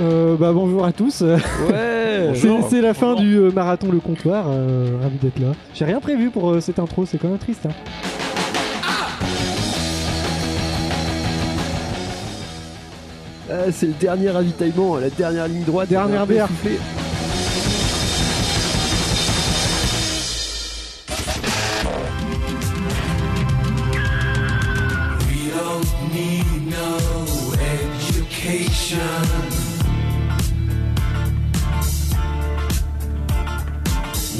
euh, bah, bonjour à tous. Ouais C'est c'est la fin du euh, marathon Le Comptoir. euh, ravi d'être là. J'ai rien prévu pour euh, cette intro, c'est quand même triste. hein. Ah, c'est le dernier ravitaillement, la dernière ligne droite. Dernière On est un peu bière. essoufflé.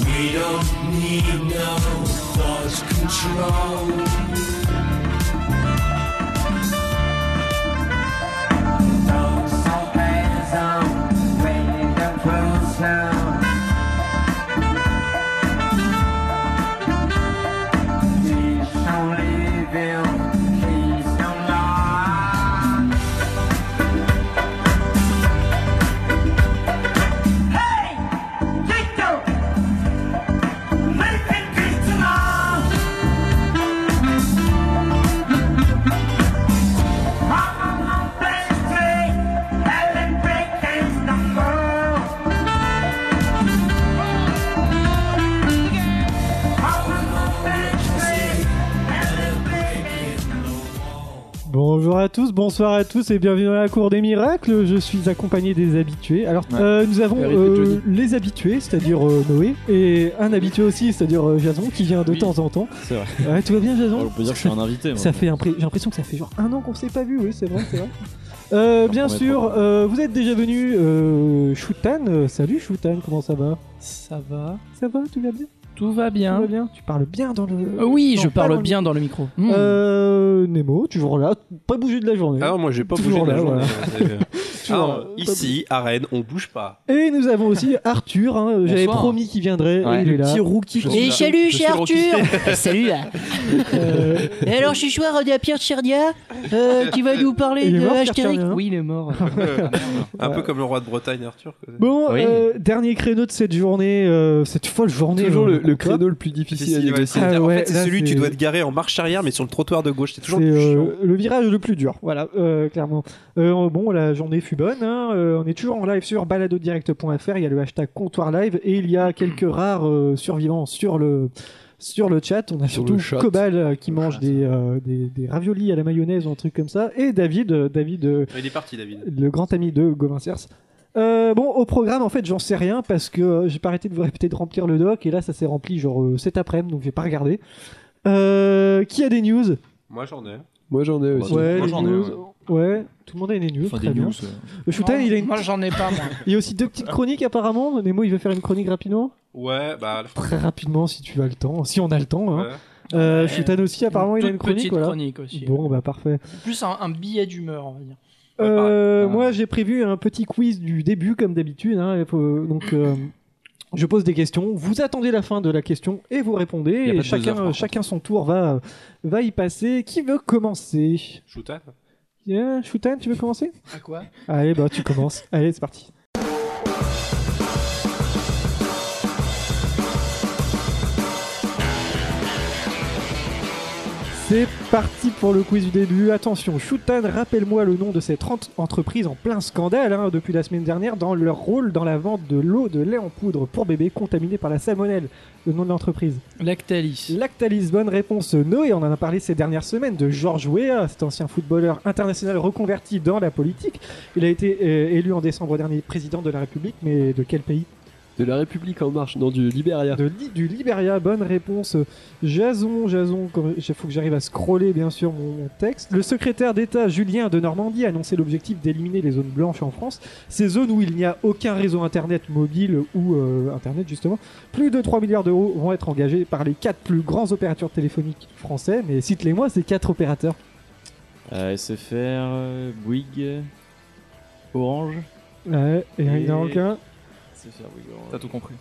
We don't need no thought control. Don't so handsome when you don't cruise now. Please don't leave him. Please don't lie. Hey, Victor! Make it peace to love! Rock on Bank Street, Ellen Bacon's the girl. Rock on Bank Street, Ellen Bacon's the Bonjour à tous, bonsoir à tous et bienvenue dans la cour des miracles. Je suis accompagné des habitués. Alors Ouais. euh, nous avons R.I.P. euh, Johnny. les habitués, c'est-à-dire euh, Noé, et un habitué aussi, c'est-à-dire euh, Jason, qui vient de Oui. temps en temps. C'est vrai. Ouais, tout va bien Jason on peut dire que je suis un invité. moi. Ça fait un pré- J'ai l'impression que ça fait genre un an qu'on s'est pas vu, oui, c'est vrai, c'est vrai. Euh, bien promet sûr, trop. euh, vous êtes déjà venu, euh, Shoutan. Euh, salut Shoutan, comment ça va Ça va, Ça va, tout va bien tout va bien. Tout va bien Tu parles bien dans le. Euh, oui, Non, je pas dans parle le- bien dans le micro. Hmm. Euh, Nemo, toujours là, pas bougé de la journée. Ah non, moi j'ai pas bougé Toujours de la là, journée. Toujours Ah, là, non, pas ici, à Rennes, on bouge pas. Et nous avons aussi Arthur, hein, j'avais Bonsoir. promis qu'il viendrait, Ouais. et il est là. Petit rookie. Je quoi. suis là. salut, Je suis Arthur. Eh, Salut Euh, Et alors, je suis choix à Pierre Tchernia qui va nous parler Il est de mort, Pierre Astérix. Tchernia Oui, il est mort. Un peu comme le roi de Bretagne, Arthur. quoi. bon, Oui. euh, dernier créneau de cette journée, euh, cette folle journée. Toujours hein, le, le encore. créneau le plus difficile à Difficile, ouais, négocier. c'est- Ah en ouais, fait, c'est là, celui où c'est- tu dois te garer en marche arrière, mais sur le trottoir de gauche. C'est toujours C'est du chiant. euh, le virage le plus dur, voilà, euh, clairement. Euh, bon, la journée fut bonne. hein, euh, on est toujours en live sur baladodirect.fr. Il y a le hashtag comptoir live et il y a quelques rares euh, survivants sur le sur le chat. On a Sur surtout le chat. Cobal euh, qui Le mange chat. des, euh, des des raviolis à la mayonnaise ou un truc comme ça et David, euh, David euh, Ah, Il est parti, David. le grand ami de Gauvin Cers. Euh, bon, au programme, en fait, j'en sais rien parce que euh, j'ai pas arrêté de vous répéter de remplir le doc et là, ça s'est rempli genre euh, cet après-midi, donc j'ai pas regardé. Euh, qui a des news Moi j'en ai. Moi j'en ai aussi. Moi, Ouais, les j'en ai, news. Ouais. tout le monde a des news. Enfin, très des bien. news. euh. Le Shooter, il, a une- Moi, j'en ai pas, moi. il y a aussi deux petites chroniques apparemment. Nemo, il veut faire une chronique rapidement. Ouais, bah. la- Très rapidement, si tu as le temps. Si on a le temps. Hein. ouais. Euh, Ouais. Shooter aussi, apparemment, il a Toute une chronique. petite Voilà. chronique aussi. Bon, bah parfait. Plus un, un billet d'humeur, on va dire. Ouais, Euh, pareil. Moi, j'ai prévu un petit quiz du début, comme d'habitude. hein. Il faut- Donc, euh, je pose des questions. Vous attendez la fin de la question et vous répondez. y a pas Et de buzzer, chacun, par contre. chacun son tour va, va y passer. Qui veut commencer Shoutan. yeah, Shooter, tu veux commencer À quoi Allez, bah tu commences. Allez, c'est parti. C'est parti pour le quiz du début. Attention, Shoutan, rappelle-moi le nom de ces 30 entreprises en plein scandale hein, depuis la semaine dernière dans leur rôle dans la vente de l'eau de lait en poudre pour bébé contaminée par la salmonelle. Le nom de l'entreprise Lactalis. Lactalis, bonne réponse Noé, on en a parlé ces dernières semaines de Georges Weah, cet ancien footballeur international reconverti dans la politique. Il a été euh, élu en décembre dernier président de la République, mais de quel pays De la République en marche, non du Libéria. de, Li- Du Liberia, bonne réponse euh, Jason, Jason, il faut que j'arrive à scroller bien sûr mon, mon texte. Le secrétaire d'État Julien de Normandie a annoncé l'objectif d'éliminer les zones blanches en France, ces zones où il n'y a aucun réseau internet mobile ou euh, internet justement. Plus de 3 milliards d'euros vont être engagés par les quatre plus grands opérateurs téléphoniques français, mais cite-les-moi ces quatre opérateurs. Euh, SFR, euh, Bouygues, Orange. Ouais, et il n'y en a Et- aucun. SFR, Bouygues, Orange. T'as tout compris.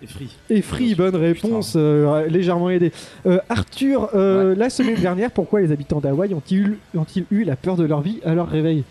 Et Free. Et Free, bonne réponse, euh, légèrement aidé. Euh, Arthur, euh, la semaine dernière, pourquoi les habitants d'Hawaï ont-ils eu, ont-ils eu la peur de leur vie à leur réveil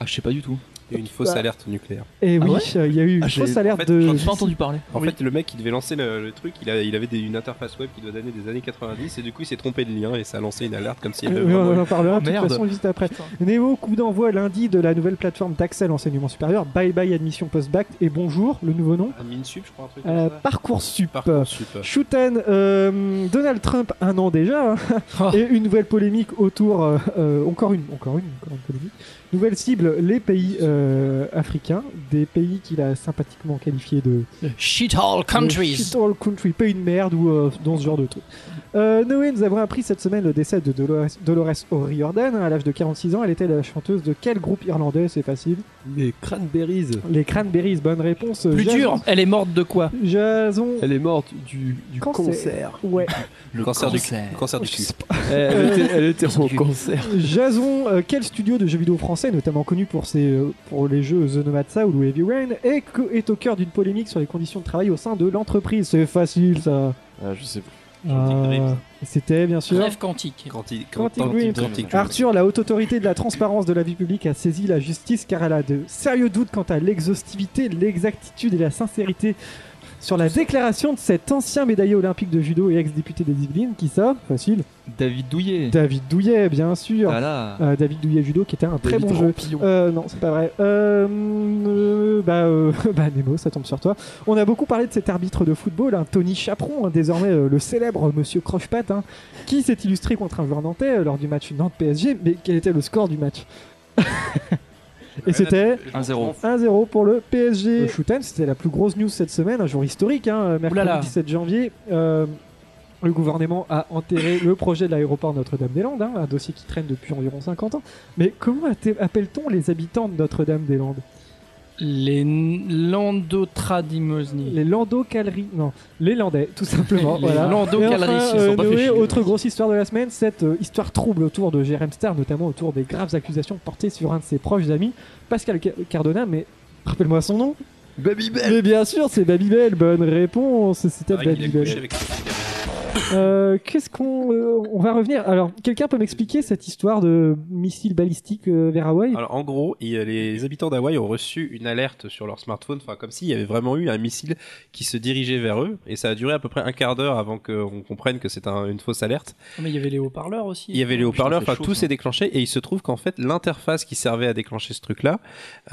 Ah, je sais pas du tout. Il y a eu une fausse Bah. alerte nucléaire. Et oui, ouais euh, il y a eu une Ah, j'ai- fausse alerte en fait, de. j'en J'ai pas entendu parler. En fait, le mec, il devait lancer le, le truc, il, a- il avait des- une interface web qui doit dater des années 90, et du coup, il s'est trompé de lien, et ça a lancé une alerte comme s'il y avait Oui, vraiment Euh, on eu- en parlera Oh, de toute merde. façon juste après. Néo, coup d'envoi lundi de la nouvelle plateforme d'accès à l'enseignement supérieur. Bye bye admission post-bac et bonjour, le nouveau nom. Un MinSup, je crois, un truc Euh, comme ça. Parcoursup. Parcoursup. Shooten, euh, Donald Trump, un an déjà, hein, Oh. et une nouvelle polémique autour, euh, euh, encore une, encore une, encore une polémique. Nouvelle cible, les pays euh, africains, des pays qu'il a sympathiquement qualifiés de Shithole le countries. Euh, shit all country, pays de merde ou euh, dans ce genre de truc. Euh, Noé, nous avons appris cette semaine le décès de Dolores, Dolores O'Riordan hein, à l'âge de 46 ans. Elle était la chanteuse de quel groupe irlandais C'est facile. Les Cranberries. Les Cranberries, bonne réponse. Plus Jason- dur. Elle est morte de quoi Jason. Elle est morte du, du Cancer. cancer. Ouais. Le cancer, du cancer du Je cul. sais pas. Elle, elle était, elle était au cancer. Jason, euh, quel studio de jeux vidéo français, notamment connu pour, ses, euh, pour les jeux The Nomadsa ou le Heavy Rain, est, co- est au cœur d'une polémique sur les conditions de travail au sein de l'entreprise C'est facile ça. Ah, je sais plus. Quantic Dream. Ah, C'était bien sûr. Rêve quantique. Quanti- Quantic Quanti- Dream. Quantic Dream. Arthur, la haute autorité de la transparence de la vie publique a saisi la justice car elle a de sérieux doutes quant à l'exhaustivité, l'exactitude et la sincérité sur la déclaration de cet ancien médaillé olympique de judo et ex-député des Yvelines, qui ça Facile. David Douillet. David Douillet, bien sûr. Voilà. Euh, David Douillet Judo, qui était un très David bon jeu. Rampillon. Euh, non, c'est pas vrai. Euh, euh, bah, euh, bah, Nemo, ça tombe sur toi. On a beaucoup parlé de cet arbitre de football, hein, Tony Chaperon, hein, désormais euh, le célèbre Monsieur Croche-Patte, hein, qui s'est illustré contre un joueur nantais euh, lors du match Nantes-PSG. Mais quel était le score du match Et c'était 1-0. 1-0 pour le PSG. Le Le Shooten, c'était la plus grosse news cette semaine, un jour historique, hein, mercredi Oulala. 17 janvier. Euh, le gouvernement a enterré le projet de l'aéroport Notre-Dame-des-Landes, hein, un dossier qui traîne depuis environ 50 ans. Mais comment atte- appelle-t-on les habitants de Notre-Dame-des-Landes Les Landotradimosni. Les Landocaleries Non, les Landais, tout simplement. Les voilà. Et Landocaleries, enfin, ils sont euh, pas Noé, fait chier. hein. autre grosse histoire de la semaine, cette euh, histoire trouble autour de Jérém Star, notamment autour des graves accusations portées sur un de ses proches amis, Pascal Ca- Cardona, mais rappelle-moi son nom. Babybel. Mais bien sûr, c'est Babybel, bonne réponse, c'était C'est vrai qu'il Ah, a couché Babybel. avec son fidèle. Euh, Qu'est-ce qu'on euh, on va revenir Alors, quelqu'un peut m'expliquer cette histoire de missile balistique euh, vers Hawaï Alors en gros, il y a les habitants d'Hawaï ont reçu une alerte sur leur smartphone, enfin comme s'il y avait vraiment eu un missile qui se dirigeait vers eux, et ça a duré à peu près un quart d'heure avant qu'on comprenne que c'est un- une fausse alerte. Ah, Mais il y avait les haut-parleurs aussi. Il y avait les haut-parleurs, enfin chaud, tout ça. s'est déclenché, et il se trouve qu'en fait l'interface qui servait à déclencher ce truc-là,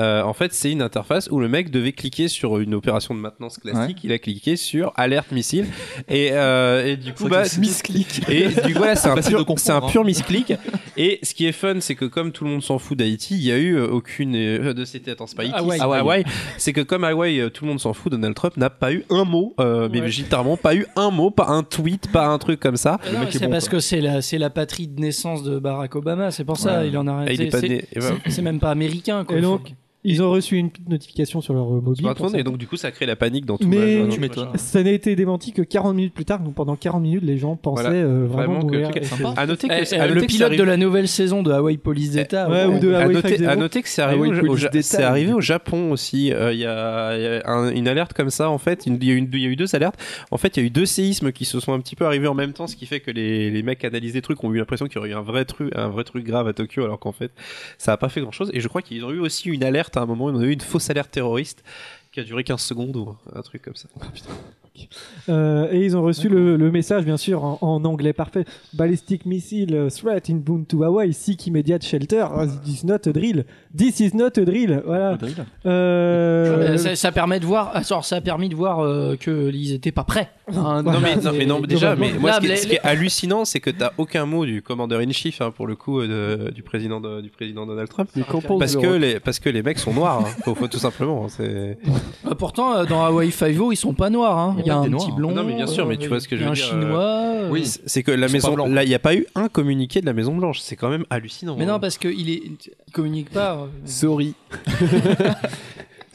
euh, en fait c'est une interface où le mec devait cliquer sur une opération de maintenance classique, il a cliqué sur alerte missile, et, euh, et du coup bah misclic. et du coup, voilà, c'est un, Facile de pur, comprendre, c'est un hein. pur misclick. Et ce qui est fun, c'est que comme tout le monde s'en fout d'Haïti, il y a eu euh, aucune euh, de c'était attends, c'est pas Haïti, Hawaï. c'est Hawaï. Hawaï. C'est que comme Hawaï, euh, tout le monde s'en fout. Donald Trump n'a pas eu un mot, euh, mais Ouais. littéralement pas eu un mot, pas un tweet, pas un truc comme ça. Ah Non, mais c'est parce que c'est la, c'est la patrie de naissance de Barack Obama, c'est pour ça, Ouais. il en a Et il est pas Ah, c'est- né. Et ben, c'est- C'est même pas américain. Quoi. Et donc, Ils ont reçu une petite notification sur leur euh, mobile. smartphone, pour ça. et donc du coup, ça crée la panique dans tout Mais- le Tu m'étonnes. Ça n'a été démenti que 40 minutes plus tard, donc pendant 40 minutes, les gens pensaient Voilà. euh, Vraiment vraiment, que- mourir. que- Et sympa. À noter Ah, que, Eh, à eh, noter le que ça pilote arrive- de la nouvelle saison de Hawaii Police Eh, d'État. Ouais, ou de à Hawaii Five noter, Zero. à noter que c'est Ah arrivé, Hawaii au- au, Police Ja- Data, c'est arrivé au Japon aussi. Euh, Il y a, il y a un- une alerte comme ça, en fait. Une- Il y, a eu une- il y a eu deux alertes. En fait, il y a eu deux séismes qui se sont un petit peu arrivés en même temps, ce qui fait que les, les mecs analysés des trucs ont eu l'impression qu'il y aurait eu un vrai, truc, un vrai truc grave à Tokyo, alors qu'en fait, ça n'a pas fait grand-chose. Et je crois qu'ils ont eu aussi une alerte à un moment, ils ont eu une fausse alerte terroriste qui a duré 15 secondes ou un truc comme ça. Euh, et ils ont reçu le, le message, bien sûr, en, en anglais parfait. Ballistic missile euh, threat inbound to Hawaii, seek immediate shelter. Ah, This is not a drill. This is not a drill. Voilà. Euh, Ah, Euh, ça, ça permet de voir, ah, genre, ça a permis de voir euh, que ils étaient pas prêts. Hein, Non, voilà, mais, non, c'est- mais non, mais déjà, mais moi, Là, ce qui est, les- ce qui est hallucinant, c'est que t'as aucun mot du commandeur in chief, hein, pour le coup, euh, de- du, président de- du président Donald Trump. Mais qu'en pense Parce le que, rock les, parce que les mecs sont noirs, hein. faut, faut tout simplement. hein, C'est... Ah, pourtant, euh, dans Hawaii Five-O, ils sont pas noirs. hein. Il y a Ouais, un des noirs. petit blond. Ah Non, mais bien sûr, mais euh, tu vois ce que il je y a veux un dire, chinois. euh, c'est- c'est que la Ils sont maison. pas blancs. Là, il n'y a pas eu un communiqué de la Maison Blanche. C'est quand même hallucinant. Mais non, hein. parce qu'il est... il communique pas. euh, Sorry.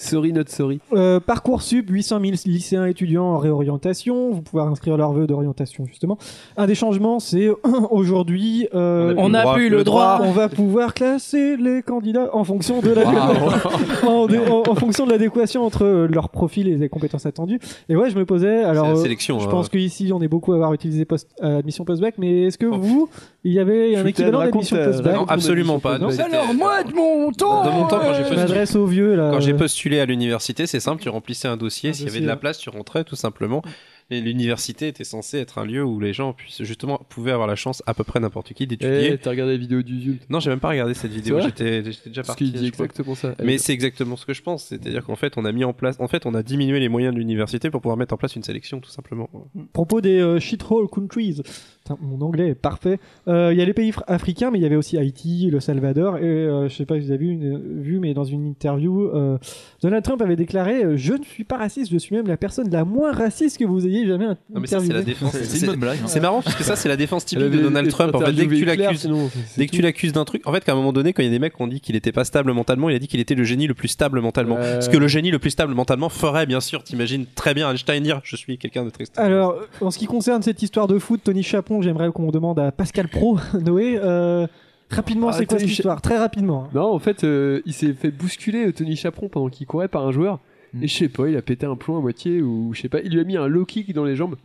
sorry, not sorry. Euh, Parcoursup, 800 000 lycéens étudiants en réorientation. Vous pouvez inscrire leurs vœux d'orientation, justement. Un des changements, c'est aujourd'hui. euh, On a plus le droit. on va pouvoir classer les candidats en fonction de la en, dé- en- en fonction de l'adéquation entre euh, leur profil et les compétences attendues. Et ouais, je me posais. C'est Alors, la euh, sélection. je hein. pense qu'ici, on est beaucoup à avoir utilisé post, euh, admission post-bac, mais est-ce que Oh. vous, Il y avait un Putain, équivalent raconte, d'émission euh, Postbag. non, absolument pas. Non, Alors, moi, de mon temps euh, De mon temps, quand j'ai Je postulé- m'adresse aux vieux là. Quand j'ai postulé à l'université, c'est simple, tu remplissais un dossier, euh, Un s'il y avait dossier, de la ouais. place, tu rentrais tout simplement. Et l'université était censée être un lieu où les gens puissent, justement pouvaient avoir la chance à peu près n'importe qui d'étudier. Eh, t'as regardé la vidéo du Zult Non, j'ai même pas regardé cette vidéo, vrai j'étais j'étais déjà Parce parti. qu'il dit je crois. exactement ça. Mais c'est exactement ce que je pense, c'est-à-dire qu'en fait, on a mis en place, en fait, on a diminué les moyens de l'université pour pouvoir mettre en place une sélection, tout simplement. propos des euh, shithole countries. Putain, mon anglais est parfait. Euh, Il y a les pays fr- africains, mais il y avait aussi Haïti, le Salvador. Et euh, je sais pas si vous avez vu, une- vu mais dans une interview, euh, Donald Trump avait déclaré euh, Je ne suis pas raciste, je suis même la personne la moins raciste que vous ayez jamais in- Non, mais ça, c'est la interviewée. défense. C'est une bonne C'est blague. hein. c'est marrant parce que ça, c'est la défense typique de Donald Trump. En fait, dès que tu l'accuses, Dès que tu l'accuses d'un truc, en fait, qu'à un moment donné, quand il y a des mecs qui ont dit qu'il était pas stable mentalement, il a dit qu'il était le génie le plus stable mentalement. Euh. Ce que le génie le plus stable mentalement ferait, bien sûr. T'imagines très bien Einstein dire Je suis quelqu'un de très stable. Alors, en ce qui concerne cette histoire de foot, Tony Chapon, j'aimerais qu'on demande à Pascal Pro, Noé, euh, rapidement, Ah, c'est quoi cette Tony Cha- histoire Très rapidement. hein. Non, en fait, euh, il s'est fait bousculer euh, Tony Chaperon pendant qu'il courait par un joueur. Mm. Et je sais pas, il a pété un plomb à moitié ou je sais pas, il lui a mis un low kick dans les jambes.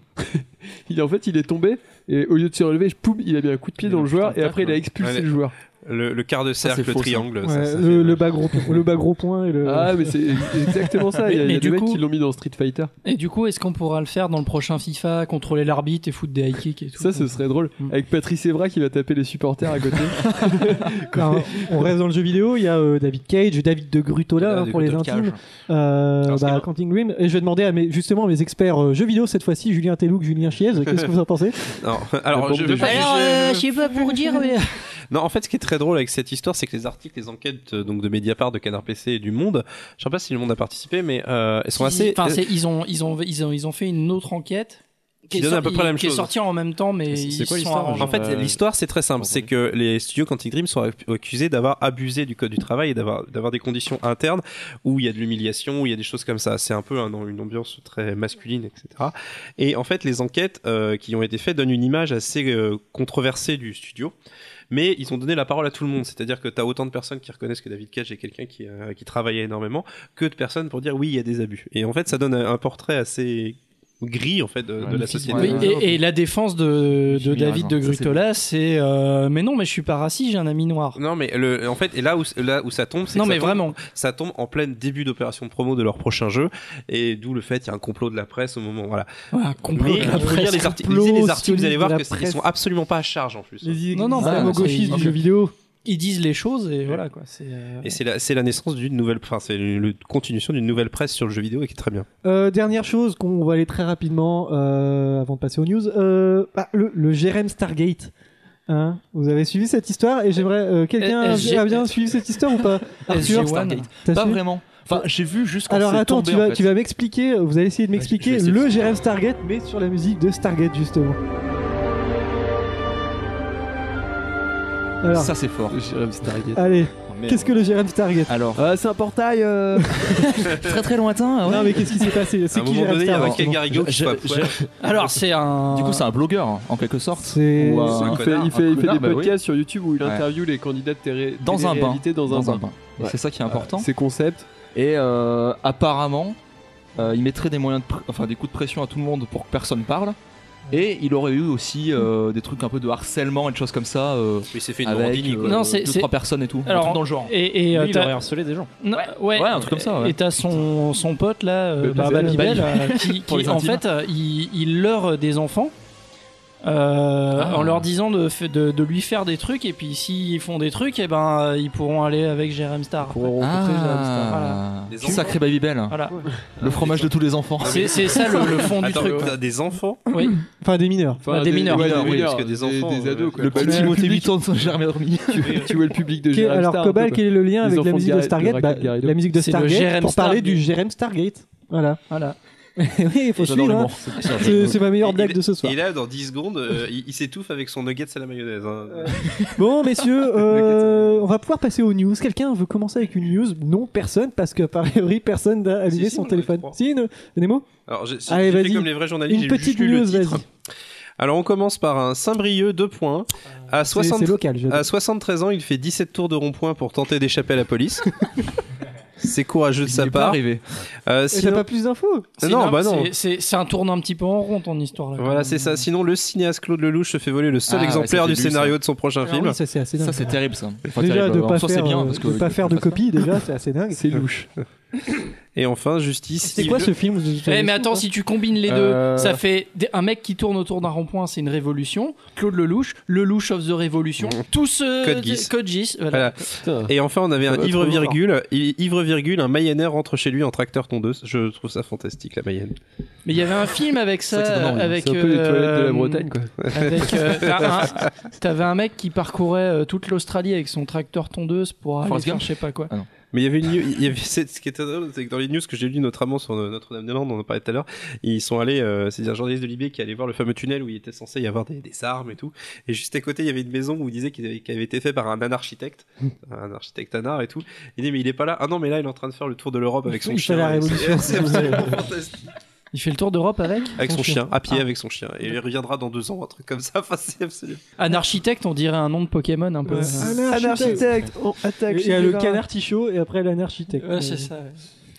il en fait, il est tombé et au lieu de se relever, je poum, il a mis un coup de pied Il a dans le un joueur putain et de après il a tacle. expulsé Allez. le joueur. le, le quart de Ça, cercle, c'est le faux, ça. triangle. Euh, ça, Ouais, euh, ça le, fait- le bas gros, le bas gros point et le. Ah mais c'est exactement ça, il y a, il y a Mais- mais des du mecs coup- qui l'ont mis dans Street Fighter. Et du coup, est-ce qu'on pourra le faire dans le prochain FIFA, contrôler l'arbitre et foutre des high kicks et tout Ça ce serait drôle Mm. avec Patrice Evra qui va taper les supporters à côté. Alors, on reste dans le jeu vidéo, il y a euh, David Cage, David de Grutola Ah, hein, des pour les Gotham intimes, Cage. euh, Alors, c'est bah, bien. Counting Green. Et je vais demander à mes, justement à mes experts euh, jeux vidéo cette fois-ci, Julien Tellouk, Julien Chiez, qu'est-ce que vous en pensez Non, alors, bombe je de vais pas Alors, juger- euh, je sais pas pour dire, mais. Non, en fait, ce qui est très drôle avec cette histoire, c'est que les articles, les enquêtes euh, donc de Mediapart, de Canard PC et du Monde, je sais pas si le Monde a participé, mais euh, elles sont assez. Enfin, c'est- ils ont, ils ont, ils ont, ils ont fait une autre enquête Qui donne à peu sorti- près la même qui est chose. sortie en même temps, mais C'est- ils c'est quoi se sont l'histoire, arrangés. genre En fait, Euh, l'histoire, c'est très simple. C'est que les studios Quantic Dream sont ac- accusés d'avoir abusé du code du travail et d'avoir d'avoir des conditions internes où il y a de l'humiliation, où il y a des choses comme ça. C'est un peu un- une ambiance très masculine, etc. Et en fait, les enquêtes euh, qui ont été faites donnent une image assez euh, controversée du studio. Mais ils ont donné la parole à tout le monde. C'est-à-dire que tu as autant de personnes qui reconnaissent que David Cage est quelqu'un qui, euh, qui travaillait énormément que de personnes pour dire oui, il y a des abus. Et en fait, ça donne un un portrait assez gris en fait de, de Ouais, la le fils- société. Oui, Ouais, et, et la défense de, de J'ai mis David raison, de hein, ça, c'est Grutola, c'est euh, mais non, mais je suis pas raciste, j'ai un ami noir. Non mais le, en fait et là où là où ça tombe c'est Non, que ça mais tombe- vraiment. ça tombe en plein début d'opération de promo de leur prochain jeu et d'où le fait qu'il y a un complot de la presse au moment voilà. Voilà, complot Mais de la il faut lire presse. les articles, complot, lisez les articles, vous allez sioniste voir de la que c'est- ils presse. sont absolument pas à charge en plus. Les idées Non, non, bah, islamo-gauchistes ça, du il- jeu vidéo. Ils disent les choses et voilà quoi. C'est euh, Et c'est la, c'est la naissance d'une nouvelle, enfin c'est le- le continuation d'une nouvelle presse sur le jeu vidéo et qui est très bien. Euh, dernière chose qu'on va aller très rapidement euh, avant de passer aux news, euh, bah, le, le Jerem Stargate. Hein vous avez suivi cette histoire et j'aimerais euh, quelqu'un Euh, euh, a- j'ai- a bien suivi cette histoire ou pas Arthur SG1. t'as Pas suivi vraiment. Enfin, j'ai vu juste quand Alors c'est attends, tombé, tu en vas, fait. tu vas m'expliquer, euh, vous allez essayer de Ouais, je- je m'expliquer vais essayer de le faire. Jerem Stargate, mais sur la musique de Stargate justement. Alors, Ça, c'est fort. Jérôme Stargate. allez, Oh, merde. qu'est-ce que le Jerem Stargate Alors, Ah, c'est un portail euh, Très très lointain, ah ouais. Non mais qu'est-ce qui s'est passé À C'est un qui moment Jerem donné, il y a Stargate Raquel Garrigo Je- qui se fait je- poil. Alors c'est un. du coup, c'est un blogueur hein, en quelque sorte. C'est Ou un- C'est un il fait, il connard, fait, il fait connard, des bah oui. podcasts sur YouTube où il Ouais. interviewe les candidats de télé Dans un bain. télé-réalité dans, Dans un bain. Et Ouais. Euh, C'est ça qui est important. Ses concepts. Et euh, apparemment, euh, il mettrait des moyens, de pr- enfin des coups de pression à tout le monde pour que personne parle. Et il aurait eu aussi euh, des trucs un peu de harcèlement et de choses comme ça euh, Il s'est fait une avec brandine, euh, quoi. Non, c'est- deux c'est- trois personnes et tout. un Alors, truc dans le genre. Et, Ah, et euh, t'as- harcelé des gens. Non, ouais, Ouais, un truc comme ça, ouais. Et t'as son, son pote là, euh, Le Baba Babel. Bibel, euh, qui, Pour qui, les en intimes. fait, euh, il, il leurre des enfants euh, Ah. en leur disant de, f- de, de lui faire des trucs. Et puis s'ils font des trucs, et ben euh, ils pourront aller avec Jérém Star. Pour rencontrer Jérôme Star. Ah, Des enfants. sacré Babybel, Voilà. le fromage de tous les enfants. C'est c'est ça le, le fond du Attends, euh, truc. t'as des enfants Oui. Enfin des mineurs. Enfin, Bah, des mineurs. ouais, Mineurs, oui, mineurs, parce que des enfants, Des, euh, ados, quoi. Le Bah, petit Timothée Buton de Saint-Germain-Dormier. tu vois le public de Ok, Jérôme alors Star. Cobal, quel est le lien Les avec la enfants de musique de Gar- de Stargate Raquel Bah, Garrido. La musique de C'est le Jerem Stargate pour parler Stargate. du Jerem Stargate. Voilà. Voilà. oui, il faut J'adore suivre. hein. l'humour. C'est c'est ma meilleure Et- blague de ce soir. Et là, dans 10 secondes, euh, il, il s'étouffe avec son nuggets à la mayonnaise. hein. Euh. Bon, messieurs, euh, on va pouvoir passer aux news. Quelqu'un veut commencer avec une news Non, personne, parce que par priori, personne n'a allumé Si, si, son on en a téléphone. trois. Si, une- Nemo Alors, j'ai- si Allez, j'ai fait vas-y. comme les vrais journalistes, Une j'ai petite juste lu news, le vas-y. titre. Alors, on commence par un Saint-Brieuc 2 points. À C'est- 60 C'est local, je À 73 ans, il fait 17 tours de rond-point pour tenter d'échapper à la police. C'est courageux de Il sa n'est pas part. arrivé. Euh, Et t'as sinon- pas plus d'infos Non, C'est non, une- bah non. c'est- C'est c'est un tourne un petit peu en rond ton histoire là. Voilà, c'est ça. Sinon, le cinéaste Claude Lelouch se fait voler le seul Ah, ouais, exemplaire ça, du j'ai lu scénario de son prochain film. Ah ça c'est assez dingue. Ça, c'est terrible, ça. Enfin, déjà terrible. de En pas soi, faire, c'est bien euh, parce que de pas faire de copie déjà c'est assez dingue. C'est louche. Et enfin, Justice. C'est il- quoi ce film Eh, mais attends, si tu combines les deux, Euh. ça fait des- un mec qui tourne autour d'un rond-point, c'est une révolution. Claude Lelouch, Lelouch of the Révolution. Mmh. Tous ce Code Geass. Code Geass, voilà. Voilà. Putain. Et enfin, on avait Ça un doit être ivre trop fort. virgule. I- Ivre virgule, un Mayennais rentre chez lui en tracteur tondeuse. Je trouve ça fantastique, la Mayenne. Mais il y avait un film avec ça, C'est vrai que c'est énorme, avec C'est un peu les euh, toilettes de la Bretagne, quoi. avec, euh, t'as un- T'avais un mec qui parcourait euh, toute l'Australie avec son tracteur tondeuse pour aller Forrest faire Gump. je sais pas quoi. Mais il y avait une, new- il y avait, c'est- ce qui était drôle, c'est que dans les news que j'ai lu, notamment sur euh, Notre-Dame-des-Landes, on en parlait tout à l'heure, ils sont allés, euh, c'est un journaliste de Libé qui est allé voir le fameux tunnel où il était censé y avoir des, des armes et tout. Et juste à côté, il y avait une maison où il disait qu'il avait, qu'elle avait été fait par un anarchitecte, un architecte anard et tout. Il dit, mais il est pas là. Ah non, mais là, il est en train de faire le tour de l'Europe avec son Il fait chien. la Et c'est- révolution. C'est absolument fantastique. Il fait le tour d'Europe avec Avec son chien, à pied Ah. avec son chien. Et il reviendra dans deux ans, un truc comme ça. Enfin, c'est absolument. Un architecte, on dirait un nom de Pokémon un peu. Euh, Ouais. on attaque. Il y a le canard tichot et après l'anarchitecte. Ouais, c'est ça. ouais.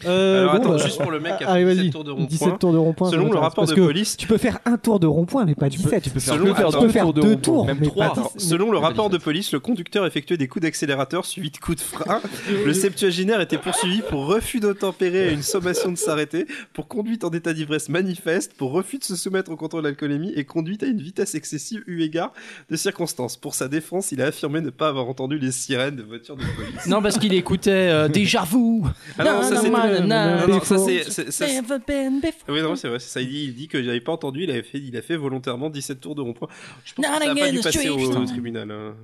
Euh, Alors, bon, attends, bah, juste pour le mec qui a allez, fait vas-y. 17 Ah, tours de rond-point. 17 tours de rond-point. ça Selon le m'intéresse, rapport parce de que police, Tu peux faire un tour de rond-point, mais pas 17. tu peux faire tu Selon- peux faire, attends, deux, deux tours de deux rond-point. tours. Même mais trois, pas attends. dix- Selon le Mais- rapport de police, le conducteur effectuait des coups d'accélérateur suivis de coups de frein. Le septuaginaire était poursuivi pour refus d'obtempérer à une sommation de s'arrêter, pour conduite en état d'ivresse manifeste, pour refus de se soumettre au contrôle d'alcoolémie et conduite à une vitesse excessive eu égard de circonstances. Pour sa défense, il a affirmé ne pas avoir entendu les sirènes de voitures de police. Non, parce qu'il écoutait euh, Déjà vous. Ah non, Non, ça non, c'est. moi, non, non, non, ça, c'est- c'est- ça, c'est- Non, Oui, non, c'est vrai, c'est ça. Il dit, il dit que j'avais pas entendu, il, avait fait, il a fait volontairement 17 tours de rond-point. Je pense Non, que ça a la pas dû gueule, passer tu es, au, putain. au tribunal. hein.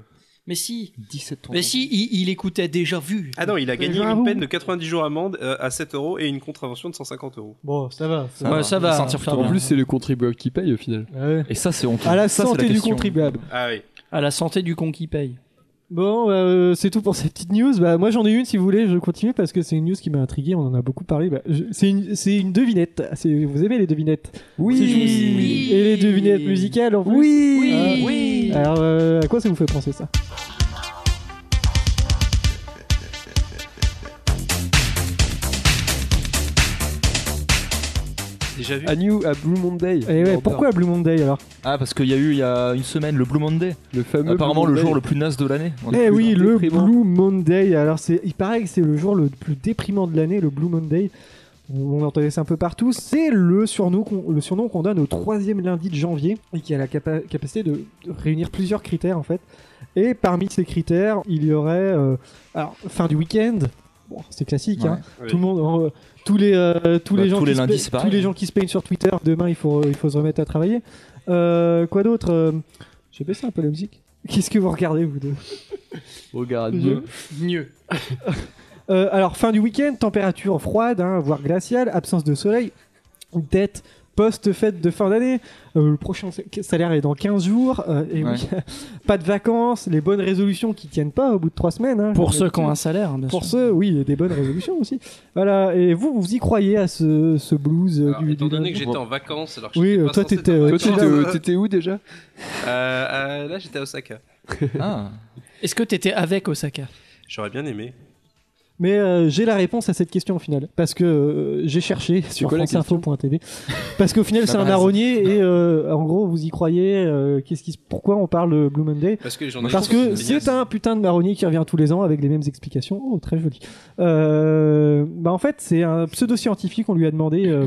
Mais si, 17 ans. mais si, il, il écoutait Déjà vu. Ah non, il a gagné j'avoue. une peine de 90 jours amende euh, à 7 euros et une contravention de 150 euros. Bon, ça va. ça Ouais, ça va. Sentir ça plutôt En va. plus, c'est le contribuable qui paye au final. va. Ouais. Et ça, c'est honteux. À la Ça, c'est santé du question. contribuable. Ah oui. À la santé du con qui paye. Bon, bah, euh, c'est tout pour cette petite news. Bah, moi, j'en ai une si vous voulez. Je continue parce que c'est une news qui m'a intrigué. On en a beaucoup parlé. Bah, je- c'est une, c'est une devinette. C'est- Vous aimez les devinettes C'est joué. Et les devinettes musicales en plus. Oui. Ah. Alors, euh, à quoi ça vous fait penser ça Déjà vu A New à Blue Monday. Et Eh ouais, pourquoi Blue Monday alors Ah, parce qu'il y a eu il y a une semaine le Blue Monday. Le fameux. Apparemment, Blue le jour le Monday. plus naze de l'année. On est Eh plus oui, dans- le déprimant. Blue Monday. Alors, c'est, il paraît que c'est le jour le plus déprimant de l'année, le Blue Monday. On entendait ça un peu partout. C'est le surnom, qu'on, le surnom qu'on donne au troisième lundi de janvier et qui a la capa- capacité de, de réunir plusieurs critères en fait. Et parmi ces critères, il y aurait euh, alors, fin du week-end. Bon, c'est classique. Hein. Ouais. Tout le monde, euh, tous les euh, tous Bah, les gens tous qui les se lundis, pla- c'est tous pareil. les gens qui se plaignent sur Twitter. Demain, il faut il faut se remettre à travailler. Euh, quoi d'autre Euh, J'ai baissé un peu la musique. Qu'est-ce que vous regardez vous deux Oh, Regarde. Mieux. Mieux. Euh, alors, fin du week-end, température froide, hein, voire glaciale, absence de soleil, dette post-fête de fin d'année, euh, le prochain sa- salaire est dans 15 jours, euh, et oui, pas de vacances, les bonnes résolutions qui tiennent pas au bout de 3 semaines. hein, Pour comme ceux qui d'habitude. ont un salaire, bien Pour sûr. ceux, oui, et des bonnes résolutions aussi. Voilà, et vous, vous y croyez à ce, ce blues euh, Alors, du, étant du donné que lundi j'étais en vacances, alors que Oui, j'étais euh, pas toi, censé t'étais, être en euh, Toi, vacances. t'étais où- t'étais où déjà Euh, euh, là, j'étais à Osaka. Ah. Est-ce que t'étais avec Osaka J'aurais bien aimé. Mais euh, j'ai la réponse à cette question au final, parce que euh, j'ai cherché sur quoi la franceinfo.tv, parce qu'au final La c'est un base. marronnier et euh, en gros vous y croyez, euh, qu'est-ce qui, se- pourquoi on parle de Blue Monday Parce que j'en ai Parce que c'est un putain de marronnier qui revient tous les ans avec les mêmes explications. Oh, très joli. Euh, bah en fait, c'est un pseudo-scientifique, on lui a demandé euh,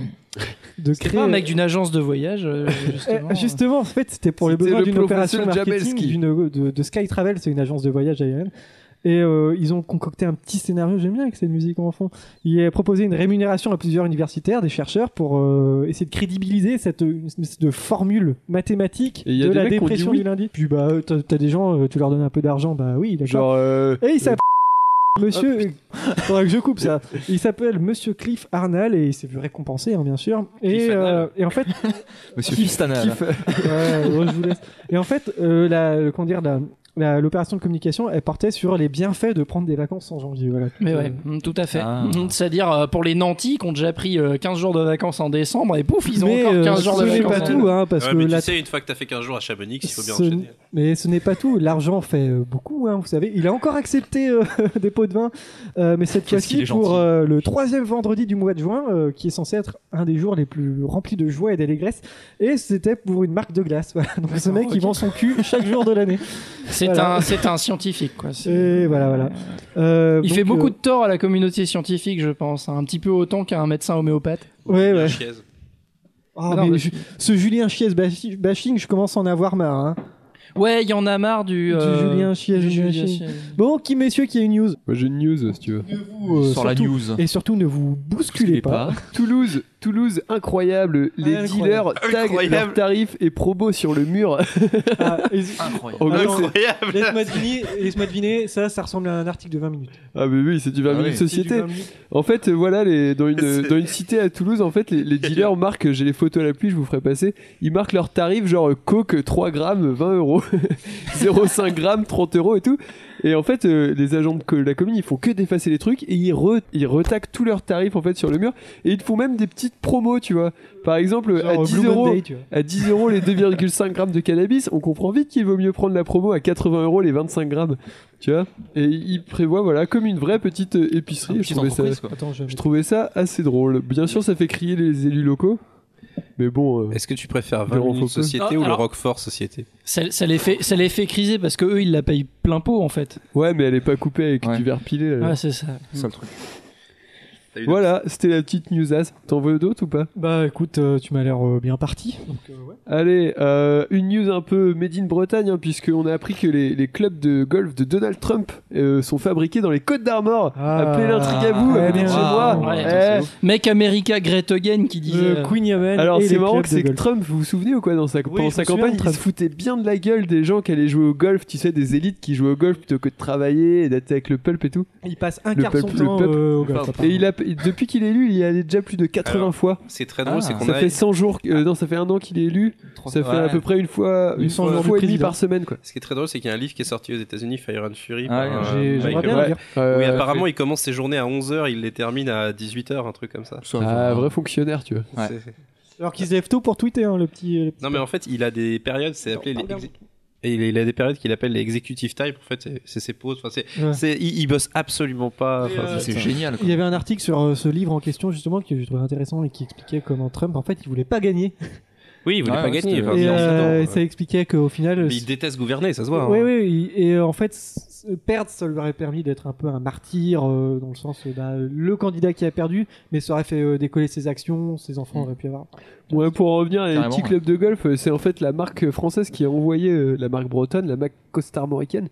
de C'est créer... pas un mec d'une agence de voyage, euh, Eh, justement. Justement, en fait, c'était pour les C'était besoins le d'une opération professeur marketing Jabelski. d'une- euh, de, de Sky Travel, c'est une agence de voyage aérienne. Et euh, ils ont concocté un petit scénario, j'aime bien avec cette musique en fond. Il a proposé une rémunération à plusieurs universitaires, des chercheurs, pour euh, essayer de crédibiliser cette, euh, une espèce de formule mathématique Et il y a de des la mecs qui ont dit dépression oui. du lundi. Puis bah, euh, t'as t'as des gens, euh, tu leur donnes un peu d'argent, bah oui, d'accord. Genre. Ah, euh, Et il s'appelle Monsieur. Faudra que je coupe ça. Il s'appelle Monsieur Cliff Arnall et il s'est vu récompensé, hein, bien sûr. Et, Cliff Arnall. euh, et en fait, Monsieur Qui- Fistana. qui fait- Ouais, ouais, je vous laisse. Et en fait, euh, la, euh, comment dire, la, la- l'opération de communication, elle partait sur les bienfaits de prendre des vacances en janvier. Voilà. Mais Euh, ouais, mm, tout à fait. Ah. Mm, C'est-à-dire euh, pour les nantis qui ont déjà pris euh, 15 jours de vacances en décembre et pouf, ils ont mais, encore euh, 15 jours ce de n'est vacances. pas en- tout, hein, parce Ouais, que mais tu la- sais, une fois que t'as fait 15 jours à Chamonix, il faut bien Ce- enchaîner. Mais ce n'est pas tout. L'argent fait euh, beaucoup, hein, vous savez. Il a encore accepté euh, des pots de vin, euh, mais cette Qu'est-ce qu'il fois-ci est pour gentil. euh, le troisième vendredi du mois de juin, euh, qui est censé être un des jours les plus remplis de joie et d'allégresse. Et c'était pour une marque de glace. Voilà. Donc ce mec, il vend son cul chaque jour de l'année. C'est Voilà. un, c'est un scientifique quoi. C'est- Et voilà, voilà. Euh, Il donc, fait beaucoup euh, de tort à la communauté scientifique, je pense, hein, un petit peu autant qu'un médecin homéopathe. euh, Ouais, ouais. Chiez. Ah, Non, mais mais- je- Ce Julien Chies bashi- bashing, je commence à en avoir marre. hein. Ouais, il y en a marre du, Du euh, Julien Chies, du Julien Julien Chies. Chies. Bon, qui messieurs, qui a une news Moi j'ai une news si tu veux. Euh, Sur la surtout- news. Et surtout, ne vous bousculez pas. Toulouse, Toulouse incroyable, les Incroyable. dealers taguent Incroyable. leurs tarifs et probos sur le mur. Ah, et- Incroyable. En gros, Attends. c'est- Incroyable. Laisse-moi deviner, laisse-moi deviner, ça, ça ressemble à un article de 20 minutes. Ah mais oui, c'est du 20 Ah minutes oui. société. C'est du 20 minutes. En fait, euh, voilà, les, dans, une, C'est- dans une cité à Toulouse, en fait, les, les dealers marquent, j'ai les photos à la pluie, je vous ferai passer, ils marquent leurs tarifs, genre euh, coke 3 grammes, 20 euros, 0,5 grammes, 30 euros et tout. Et en fait, euh, les agents de co- la commune, ils font que d'effacer les trucs et ils, re, ils retaquent tous leurs tarifs en fait sur le mur. Et ils font même des petites promos, tu vois. Par exemple, Genre, à euh, 10 Blue euros, Monday, tu vois. à 10 euros les 2,5 grammes de cannabis, on comprend vite qu'il vaut mieux prendre la promo à 80 euros les 25 grammes, tu vois. Et ils prévoient, voilà, comme une vraie petite euh, épicerie. je, Petite trouvais ça, entreprise, quoi. Attends, je... je trouvais ça assez drôle. Bien sûr, ça fait crier les élus locaux, mais bon, euh, Est-ce que tu préfères Le 20 minutes Rococo. société Ah, ou alors- le Roquefort société Ça, ça les fait, ça les fait criser parce que eux, ils la payent plein pot en fait. ouais, mais elle est pas coupée avec Ouais. du verre pilé. Euh. là. Ah, Ouais, c'est ça. Ça, le truc. Voilà, c'était la petite news as. T'en veux d'autres ou pas Bah écoute, euh, tu m'as l'air euh, bien parti. Donc, euh, ouais. Allez, euh, une news un peu made in Bretagne, hein, puisqu'on a appris que les, les clubs de golf de Donald Trump euh, sont fabriqués dans les Côtes d'Armor. Ah. Appelez l'intrigue à vous, Ah, à côté de bien. chez moi. Ouais, Eh, attends, Mec America Great Again qui disait. Le euh, Queen Yamen Alors et c'est les marrant clubs que de c'est que golf. Trump, vous vous souvenez ou quoi dans sa, Oui, pendant je sa me souviens, campagne, il Trump. se foutait bien de la gueule des gens qui allaient jouer au golf, tu sais, des élites qui jouaient au golf plutôt que de travailler et d'être avec le pulp et tout. Il passe un Le quart de son peuple, le temps peuple. euh, au golf. Et apparemment. il a, depuis qu'il est élu, il y est allé déjà plus de 80 Alors, fois. C'est très drôle, Ah. c'est qu'on Ça a. fait 100 jours, que- euh, non, ça fait un an qu'il est élu, ça fait à peu près une fois, Une une fois fois, le fois et demie président. par semaine quoi. Ce qui est très drôle, c'est qu'il y a un livre qui est sorti aux États-Unis, Fire and Fury. Ah, par, j'ai- euh, j'aimerais Michael bien Moore. le lire. Euh, Oui, apparemment, il commence ses journées à 11h, il les termine à 18h, un truc comme ça. ah, vrai fonctionnaire, tu vois. Ouais. C'est- Alors qu'il se lève tôt pour tweeter, hein, le petit. euh, le petit- Non, mais en fait, il a des périodes, c'est appelé les. exé- Et il il a des périodes qu'il appelle les executive time, en fait, c'est- c'est ses pauses. Enfin, c'est, Ouais. c'est- il, il bosse absolument pas. Et, enfin, euh, C'est génial. quoi. Il y avait un article sur euh, ce livre en question justement que j'ai trouvé intéressant et qui expliquait comment Trump en fait il voulait pas gagner Oui, il voulait Ouais, pas ouais, gagner. c'est- enfin, et bien sûr, euh, non. ça expliquait qu'au final Mais il déteste gouverner, ça se voit. Oui, hein. oui, et euh, en fait, s- perdre, ça lui aurait permis d'être un peu un martyr, euh, dans le sens, euh, bah, le candidat qui a perdu, mais ça aurait fait euh, décoller ses actions, ses enfants Mm. auraient pu avoir. Ouais, pour en revenir à les Carrément, petits ouais. clubs de golf, euh, c'est en fait la marque française qui a envoyé, euh, la marque bretonne, la marque costarmoricaine,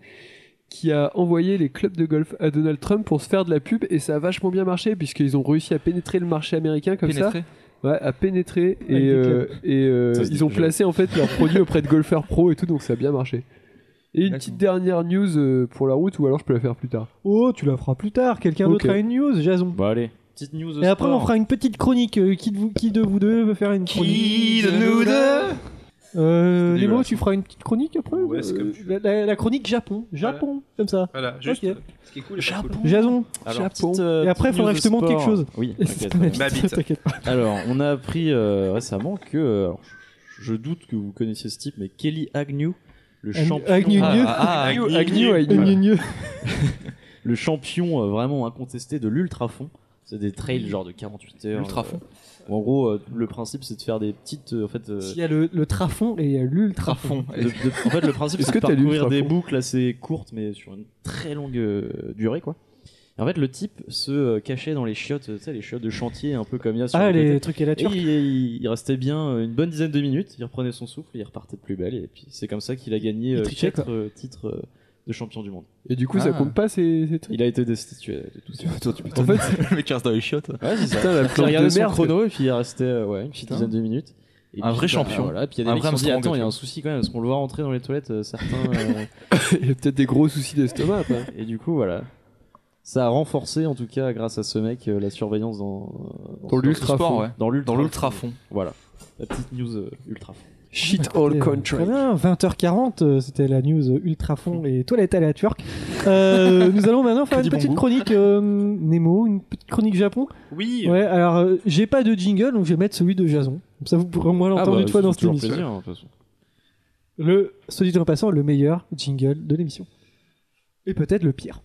qui a envoyé les clubs de golf à Donald Trump pour se faire de la pub et ça a vachement bien marché puisqu'ils ont réussi à pénétrer le marché américain comme Pénétrer. ça. Ouais, à pénétrer Avec des et, euh, et euh, Ça se ils ont dit déjà. placé en fait leurs produits auprès de golfeurs pro et tout donc ça a bien marché. Et une D'accord. petite dernière news euh, pour la route ou alors je peux la faire plus tard. Oh, tu la feras plus tard, quelqu'un Ok. d'autre a une news, Jason. Bon, allez. Petite news Et après, on fera une petite chronique. euh, qui, de vous, qui de vous deux veut faire une chronique de nous deux euh, C'était Les mots, dégueulasse. tu feras une petite chronique après Ouais, c'est comme tu la, la- la chronique Japon. Japon, comme ça. Voilà, juste. euh, Ok. Ce qui est cool, et pas cool. Jason, Alors, Japon. petite, euh, Et après, petite faudrait news que je te montre sport. quelque chose. Oui, C'est t'inquiète, pas pas ma de Ma petite, bite. t'inquiète pas. souci. Alors, on a appris euh, récemment que. euh, alors, je je doute que vous connaissiez ce type, mais Kelly Agnew, le Agnew- champion. Agnew, Ah, Euh, Agnew. Ah, ah, Agnew, Agnew, Agnew. Gneu, Voilà. gneu. le champion euh, vraiment incontesté de l'ultra-fond. C'est des trails genre de 48 heures. L'ultra-fond. euh, où en gros, euh, le principe c'est de faire des petites. euh, en fait, euh, Il y a le, le trafond et il y a l'ultra Trafond. de- de- en fait, le principe Est-ce c'est de que t'as lu parcourir l'ultra-fond des boucles assez courtes mais sur une très longue euh, durée quoi. Et en fait, le type se euh, cachait dans les chiottes, euh, tu sais, les chiottes de chantier, un peu comme il y a sur Ah, le côté. les trucs à la Et turque. il, il- il restait bien euh, une bonne dizaine de minutes, il reprenait son souffle, il repartait de plus belle, et puis c'est comme ça qu'il a gagné Il euh, trichait, quatre euh, titres euh, de champion du monde. Et du coup, ça Ah. compte pas ces, ces trucs. Il a été destitué euh, de tout ça. En fait, Le mec qui reste dans les chiottes. Ouais, c'est ça. putain, la Il a planche regardé de son merde. chrono et puis il restait euh, ouais, une petite Putain. dizaine de minutes. Et Un puis, bah, vrai champion. Voilà, puis il y a des Un mecs vrai qui se sont dit, Armstrong, attends, il y tu a vois. un souci quand même, parce qu'on le voit rentrer dans les toilettes, euh, certains. euh, Il y a peut-être des gros soucis d'estomac après. et du coup, voilà. Ça a renforcé, en tout cas, grâce à ce mec, euh, la surveillance dans, Dans ce- l'ultra-fond. Dans l'ultra. Dans l'ultra fond. Voilà. La petite news euh, ultra. Shit Écoutez, all euh, country. Mm. Très bien, 20h40, euh, c'était la news euh, ultra fond et toilette à la turque. Euh, nous allons maintenant faire Que une dit bon petite goût. chronique euh, Nemo, une petite chronique Japon. Oui. Ouais, alors euh, j'ai pas de jingle, donc je vais mettre celui de Jason. Comme ça, vous pourrez au moins Ah Ah l'entendre bah, bah, une fois dans cette émission. plaisir, hein, de toute façon. Le, soit dit en passant, le meilleur jingle de l'émission. Et peut-être le pire.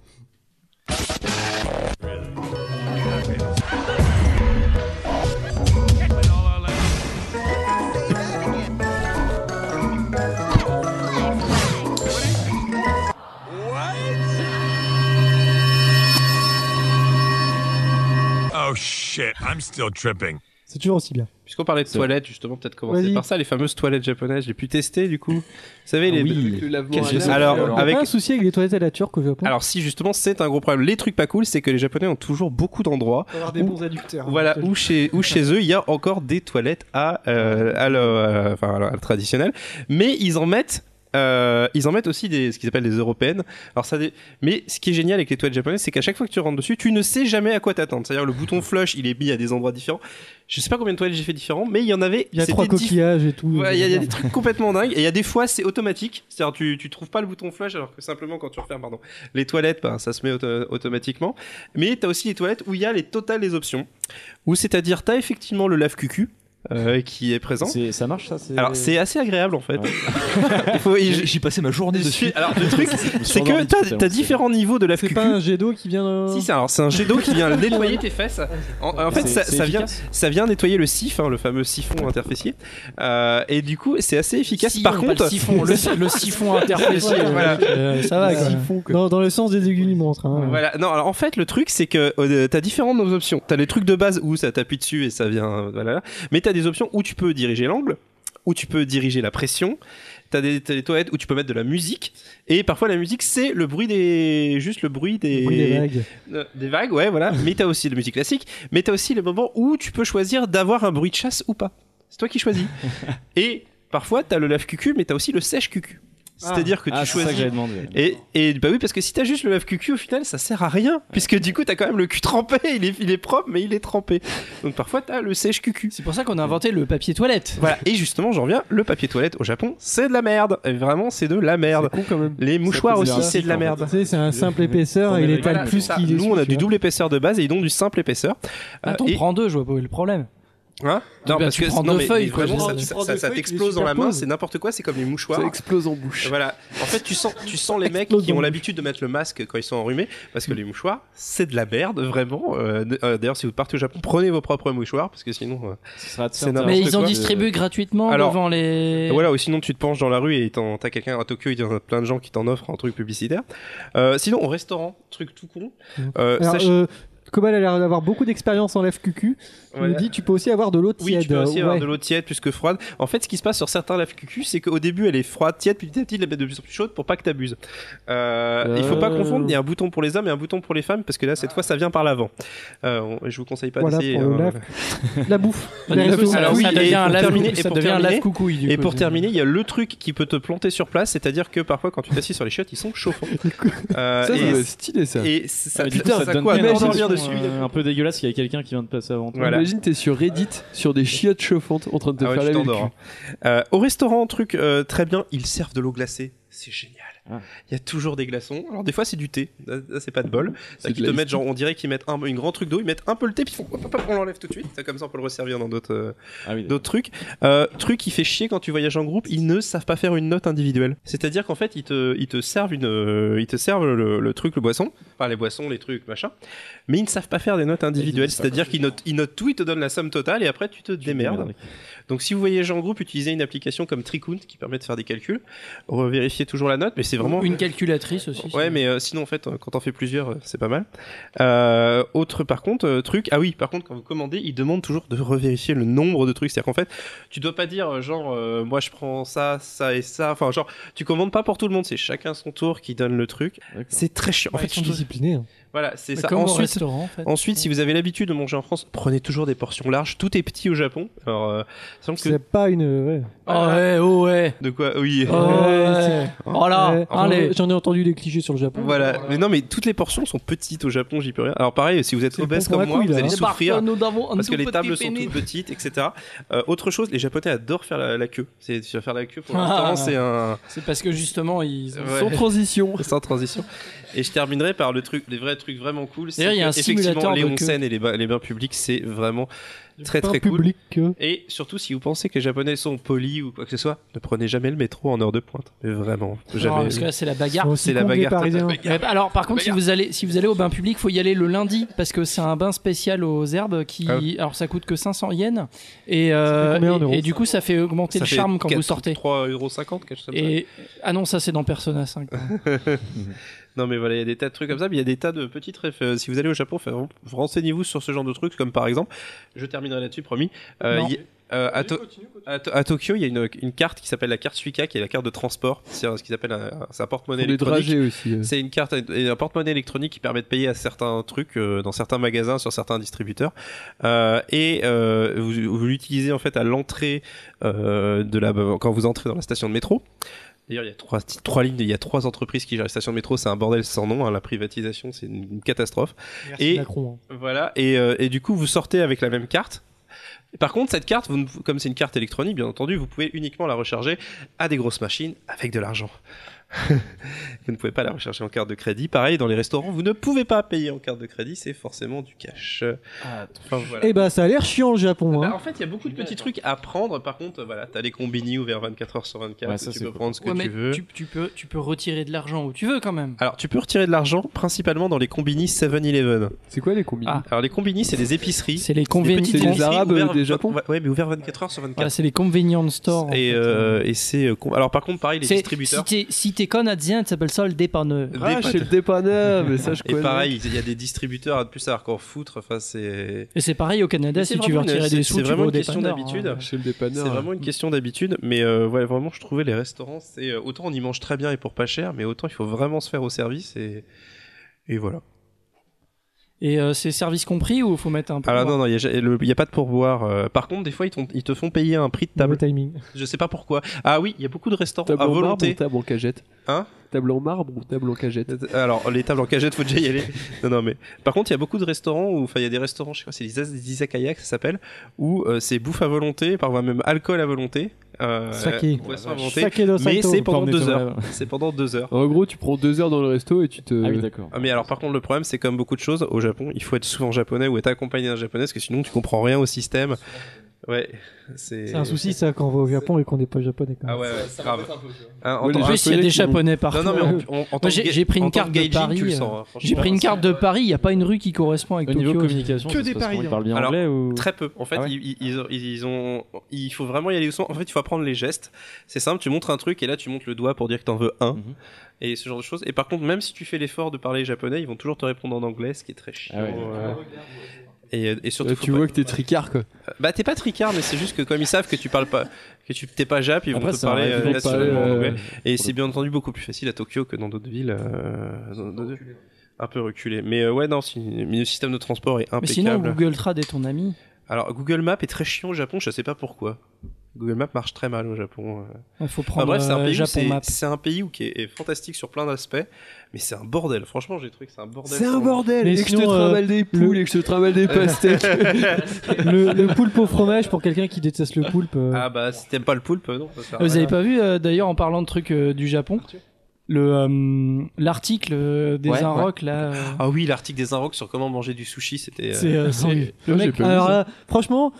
Oh shit, I'm still tripping. C'est toujours aussi bien. Puisqu'on parlait de C'est toilettes, justement, peut-être commencer Vas-y. par ça, les fameuses toilettes japonaises. J'ai pu tester, du coup. Vous savez, les. Avec le lavement Qu'est-ce que anal. c'est Alors, T'as avec- pas un souci avec les toilettes à la turque au Japon Alors, si justement, c'est un gros problème. Les trucs pas cool, c'est que les Japonais ont toujours beaucoup d'endroits Faut avoir des bons adducteurs. hein, Voilà, ou chez, ou chez eux, il y a encore des toilettes à, euh, à, le, euh, enfin, à la traditionnelle. Mais ils en mettent. euh, ils en mettent aussi des, ce qu'ils appellent des européennes. Alors ça, dé- mais ce qui est génial avec les toilettes japonaises, c'est qu'à chaque fois que tu rentres dessus, tu ne sais jamais à quoi t'attendre. C'est-à-dire le bouton flush, il est mis à des endroits différents. Je sais pas combien de toilettes j'ai fait différents, mais il y en avait. Il y a c'était trois diff- coquillages et tout. Euh, Ouais, Il y, a- il y a des trucs complètement dingues. Et il y a des fois, c'est automatique. C'est-à-dire, tu, tu trouves pas le bouton flush, alors que simplement, quand tu refermes pardon, les toilettes, ben, ça se met auto- automatiquement. Mais tu as aussi les toilettes où il y a les totales des options. Où c'est-à-dire, tu as effectivement le lave-cucu euh, qui est présent. C'est- Ça marche, ça c'est- Alors, c'est assez agréable en fait. Ouais. Il faut- et je- J'y passais ma journée je suis- dessus. Alors, le truc, Je me suis c'est que endormi tout à t'as l'heure, as c'est- différents niveaux de C'est lave-cucu. pas un jet d'eau qui vient d'un- Si, c'est alors, c'est un jet d'eau qui vient nettoyer tes fesses. En, en fait, c'est- ça, c'est ça vient, efficace. ça vient nettoyer le sif, hein, le fameux siphon interfécier. Euh, et du coup, c'est assez efficace. Sillon, Par pas contre, Ah, le siphon, le, le siphon interfécié. Voilà. Euh, ça Ah, va. Quoi. Non, dans le sens des aiguilles du montre. hein. Voilà. Non, alors en fait, le truc, c'est que euh, t'as différentes options. T'as les trucs de base où ça t'appuie dessus et ça vient, euh, voilà. Mais t'as des options où tu peux diriger l'angle, où tu peux diriger la pression. T'as des, t'as des toilettes où tu peux mettre de la musique. Et parfois, la musique, c'est le bruit des, juste le bruit des, Le bruit des vagues. Euh, des vagues, ouais, voilà. Mais t'as aussi la musique classique. Mais t'as aussi le moment où tu peux choisir d'avoir un bruit de chasse ou pas. C'est toi qui choisis. et parfois, t'as le lave-cucu, mais t'as aussi le sèche-cucu. C'est-à-dire que tu Ah, c'est ça que choisis. j'avais demandé. Et, et bah oui, parce que si t'as juste le lave-cucu, au final, ça sert à rien. Puisque du coup, t'as quand même le cul trempé. Il est, il est propre, mais il est trempé. Donc parfois, t'as le sèche-cucu. C'est pour ça qu'on a inventé le papier toilette. Voilà. Et justement, j'en reviens. Le papier toilette au Japon, c'est de la merde. Et vraiment, c'est de la merde. Con quand même. Les mouchoirs peut aussi, devenir c'est de la en fait. merde. Tu sais, c'est un simple épaisseur et il Voilà, étale Voilà, plus c'est ça. qu'il est. Nous, on a souffle, du tu vois. double épaisseur de base et ils ont du simple épaisseur. Euh, Attends, et- prends deux, je vois pas le problème. Hein Eh ben, tu prends deux feuilles, quoi, vraiment, je veux ça- dire. Tu ça, ça- ça prends deux feuilles, t'explose tu dans la main, superposes. c'est n'importe quoi, c'est comme les mouchoirs. Ça explose en bouche. Voilà. En fait, tu sens, tu sens les mecs Explose qui dans ont le l'habitude de mettre le masque quand ils sont enrhumés, parce que les mouchoirs, c'est de la merde, vraiment. Euh, d- euh, D'ailleurs, si vous partez au Japon, prenez vos propres mouchoirs, parce que sinon, euh, Ce sera C'est n'importe Mais Alors, ils ont quoi, distribué gratuitement Alors, euh, devant les. voilà, ou sinon tu te penches dans la rue et t'en- t'as quelqu'un à Tokyo, il y en a plein de gens qui t'en offrent un truc publicitaire. Euh, sinon, au restaurant, truc tout con. Mmh. euh, Alors, sachez- euh, Cobal a l'air d'avoir beaucoup d'expérience en lève cucu. Il euh, voilà. nous dit tu peux aussi avoir de l'eau tiède. Oui, tu peux aussi avoir Ouais. de l'eau tiède plus que froide. En fait, ce qui se passe sur certains lave cucu, c'est qu'au début, elle est froide, tiède, puis petit à petit, ils la mettent de plus en plus chaude pour pas que t'abuses. Euh, Il faut pas Euh. confondre, il y a un bouton pour les hommes et un bouton pour les femmes, parce que là, cette fois, ça vient par l'avant. Euh, on- je vous conseille pas Voilà d'essayer. pour le hein. lave. La bouffe. Les Alors, restos. ça, Alors oui, ça et devient pour un lave terminer- et ça pour devient un terminer- lave-coucouille, du Et coup, pour je- terminer, il y a le truc qui peut te planter sur place, c'est-à-dire que parfois, quand tu t'assis sur les chiottes, ils sont chauffants. Euh, Ça, ça et doit être stylé ça. et ça, Ah, mais du coup, putain, ça, te donne quoi, une dormir dessus. sensation, euh, Un peu dégueulasse, il y a quelqu'un qui vient de passer avant toi. Voilà. Imagine, t'es sur Reddit, sur des chiottes chauffantes, en train de te Ah ouais, faire tu laver le t'endors, cul. hein. Euh, au restaurant, truc euh, très bien, ils servent de l'eau glacée. C'est génial. Il Ah. y a toujours des glaçons. Alors des fois c'est du thé, Là, là, c'est pas de bol. C'est Là, de qu'ils te la mettent genre, on dirait qu'ils mettent un, une grand truc d'eau, ils mettent un peu le thé puis ils font hop, hop, hop, on l'enlève tout de suite. Ça, Comme ça on peut le resservir dans d'autres euh, Ah oui, d'autres trucs. Euh, truc qui fait chier quand tu voyages en groupe, ils ne savent pas faire une note individuelle. C'est-à-dire qu'en fait, ils te, ils te servent, une, euh, ils te servent le, le truc, le boisson, enfin les boissons, les trucs, machin, mais ils ne savent pas faire des notes individuelles. C'est-à-dire qu'ils notent, ils notent tout, ils te donnent la somme totale et après tu te démerdes. Donc si vous voyagez en groupe, utilisez une application comme Tricount qui permet de faire des calculs, vérifiez toujours la note, mais c'est vraiment... Une calculatrice aussi. Ouais, mais euh, sinon, en fait, euh, quand on fait plusieurs, euh, c'est pas mal. Euh, autre, par contre, euh, truc. Ah oui, par contre, quand vous commandez, ils demandent toujours de revérifier le nombre de trucs. C'est-à-dire qu'en fait, tu dois pas dire, euh, genre, euh, moi je prends ça, ça et ça. Enfin, genre, tu commandes pas pour tout le monde, c'est chacun son tour qui donne le truc. C'est très chiant. En Ouais, fait, ils sont je te dis- disciplinés. hein. voilà, c'est ça. Comme au Ensuite, restaurant, en fait. ensuite, si vous avez l'habitude de manger en France, prenez toujours des portions larges. Tout est petit au Japon. Alors, euh, semble que C'est pas une. ouais. Oh ouais, oh ouais. De quoi Oui. Oh ouais. Ah, Voilà, Ouais, j'en- allez. J'en ai entendu des clichés sur le Japon. Voilà. Mais non, mais toutes les portions sont petites au Japon, j'y peux rien. Alors pareil, si vous êtes C'est obèse bon pour comme la moi, couille, là, vous allez hein. souffrir. nous avons un Parce que tout les petit tables sont pénis. toutes petites, etc. Euh, autre chose, les Japonais adorent faire la, la queue. C'est tu vas faire la queue pour Ah. l'instant, c'est un C'est parce que justement, ils ont hein. Ouais. sans transition. sans transition. Et je terminerai par le truc, les vrais trucs vraiment cool. C'est D'ailleurs, il y a que, un effectivement simulateur les de queue. onsen et les bains, les bains publics, c'est vraiment très Pas très cool. public. euh, Et surtout, si vous pensez que les Japonais sont polis ou quoi que ce soit, ne prenez jamais le métro en heure de pointe. Mais vraiment, Non, jamais. Ah, parce que là, c'est la bagarre. sont aussi Ah, c'est la cons que les bagarre totale. Parisiens. Ouais, alors par contre si vous allez si vous allez au bain public faut y aller le lundi parce que c'est un bain spécial aux herbes qui Ah alors ça coûte que 500 yens et, euh, Ça fait combien en et- euros et du coup ça fait augmenter Ça le fait charme quand 4, vous sortez 3,50€, quelque chose comme ça. et ah non ça c'est dans Persona 5 Non mais voilà, il y a des tas de trucs comme ça, mais il y a des tas de petites réf- euh, Si vous allez au Japon, fa- renseignez-vous sur ce genre de trucs, comme par exemple, je terminerai là-dessus, promis. Euh, Non. il y- euh, à, To- à To- à Tokyo, il y a une, une carte qui s'appelle la carte Suica, qui est la carte de transport. C'est un- ce qu'ils appellent un, c'est un porte-monnaie les électronique. dragées aussi. euh. C'est une carte, et un porte-monnaie électronique qui permet de payer à certains trucs euh, dans certains magasins, sur certains distributeurs. Euh, et euh, vous, vous l'utilisez en fait à l'entrée euh, de la, quand vous entrez dans la station de métro. D'ailleurs, il y a trois, trois lignes, il y a trois entreprises qui gèrent les stations de métro, c'est un bordel sans nom. hein. la privatisation, c'est une, une catastrophe. Merci Et- Macron, hein. Voilà. Et, euh, et du coup, vous sortez avec la même carte. Par contre, cette carte, vous ne- comme c'est une carte électronique, bien entendu, vous pouvez uniquement la recharger à des grosses machines avec de l'argent. vous ne pouvez pas la recharger en carte de crédit. Pareil, dans les restaurants, vous ne pouvez pas payer en carte de crédit, c'est forcément du cash. Ah, Enfin, voilà. Eh bah, ça a l'air chiant le Japon. hein. Bah, en fait, il y a beaucoup de petits trucs à prendre. Par contre, euh, voilà, t'as les combini ouverts 24 h sur 24. Ouais, ça, tu c'est peux cool. prendre ce que Ouais, mais tu veux. tu, tu peux tu peux retirer de l'argent où tu veux quand même Alors, tu peux retirer de l'argent principalement dans les combini 7-Eleven. C'est quoi les combines Ah. Alors, les combini, c'est des épiceries. c'est les petites C'est des convenience épiceries Arabes, ouvertes- des Japon. Ouais, Ouais, mais ouverts 24 h sur 24. voilà, c'est les convenience store et euh, et c'est. euh, com- Alors, par contre, pareil, les hein. c'est distributeurs. si t'es si t'es canadien ça s'appelle ça le dépanneur des Ah, pâtes. chez le dépanneur, mais ça je Et connais. pareil, il y a des distributeurs à ne plus savoir qu'en foutre. Enfin, c'est. et c'est pareil au Canada Mais c'est si tu veux vraiment une- retirer c'est- des sous c'est tu vraiment vas au une question dépanneur, d'habitude. hein. Chez le C'est dépanneur. vraiment une question d'habitude, mais euh, ouais, vraiment, je trouvais les restaurants, c'est euh, autant on y mange très bien et pour pas cher, mais autant il faut vraiment se faire au service et, et voilà. et euh, c'est service compris ou faut mettre un peu Alors Ah, non, non, il n'y a, pas de pourboire. euh, par contre, des fois, ils, t'ont- ils te font payer un prix de Mauvais table. timing. Je sais pas pourquoi. Ah oui, il y a beaucoup de restaurants Table à en marbre ou volonté. table en cagette Hein Table en marbre ou table en cagette Alors, les tables en cagette, faut déjà y aller. Non, non, mais par contre, il y a beaucoup de restaurants où, enfin, il y a des restaurants, je sais pas, c'est les As- des izakaya que ça s'appelle, où euh, c'est bouffe à volonté, parfois même alcool à volonté. Euh, Saké. Boisson à volonté. Saké dos Mais Santo. c'est pendant Forme deux des heures. C'est pendant deux heures. En gros, tu prends deux heures dans le resto et tu te. Ah oui, d'accord. Ah, mais alors par contre le problème c'est comme beaucoup de choses au Japon il faut être souvent japonais ou être accompagné d'un japonais parce que sinon tu comprends rien au système. Ouais, c'est C'est un souci ça quand on va au Japon et qu'on n'est pas japonais. Quand même. Ah ouais, ouais, grave. Hein, en Ouais, tant- les En plus, il y a Japonais des qui japonais Non partout. hein. non mais en- en, en tant que j'ai- ga- j'ai pris une en tant carte que de gaijin, Paris, tu le euh, sens, hein, franchement. J'ai pris une carte de Paris, il n'y a pas une rue qui correspond avec Au niveau Tokyo. communication, Que ça se des passe comment Parisiens. Ils parlent bien Alors, anglais ou Très peu. En fait, Ah ouais ils, ils- ils- ils ont, il faut vraiment y aller au son. En fait, il faut apprendre les gestes. C'est simple, tu montres un truc et là, tu montes le doigt pour dire que t'en veux un. Mhm. Et ce genre de choses. Et par contre, même si tu fais l'effort de parler japonais, ils vont toujours te répondre en anglais, ce qui est très chiant. Ah ouais. Euh, euh. Et, euh, et surtout, Là, faut euh, tu pas- vois que t'es tricard quoi. Bah t'es pas tricard mais c'est juste que comme ils savent que tu parles pas que tu t'es pas jap ils vont Après, te c'est un parler euh, réflexe, naturellement en euh, anglais et pour c'est le bien entendu beaucoup plus facile à Tokyo que dans d'autres villes euh, dans d'autres- un peu reculées mais euh, ouais non si- mais le système de transport est Mais sinon, impeccable Google Trad est ton ami. alors Google Maps est très chiant au Japon je sais pas pourquoi Google Maps marche très mal au Japon euh. Il faut Enfin, prendre bref c'est un euh, pays où Japon c'est- Map. c'est un pays où qui est, est fantastique sur plein d'aspects mais c'est un bordel franchement j'ai trouvé que c'est un bordel C'est un bordel Mais Et que je te sinon, euh, trimballe des poules et que je te trimballe des pastèques Le, le poulpe au fromage pour quelqu'un qui déteste le poulpe. euh, ah bah si t'aimes pas le poulpe non ça sert à Vous rien. avez pas vu, euh, d'ailleurs, en parlant de trucs euh, du Japon, le, euh, l'article euh, des Ouais, Inrocks, là. euh, ah oui l'article des Inrocks sur comment manger du sushi c'était euh, c'est, euh, c'est- oui. le Non, j'ai mec- pas vu Alors ça. là, franchement,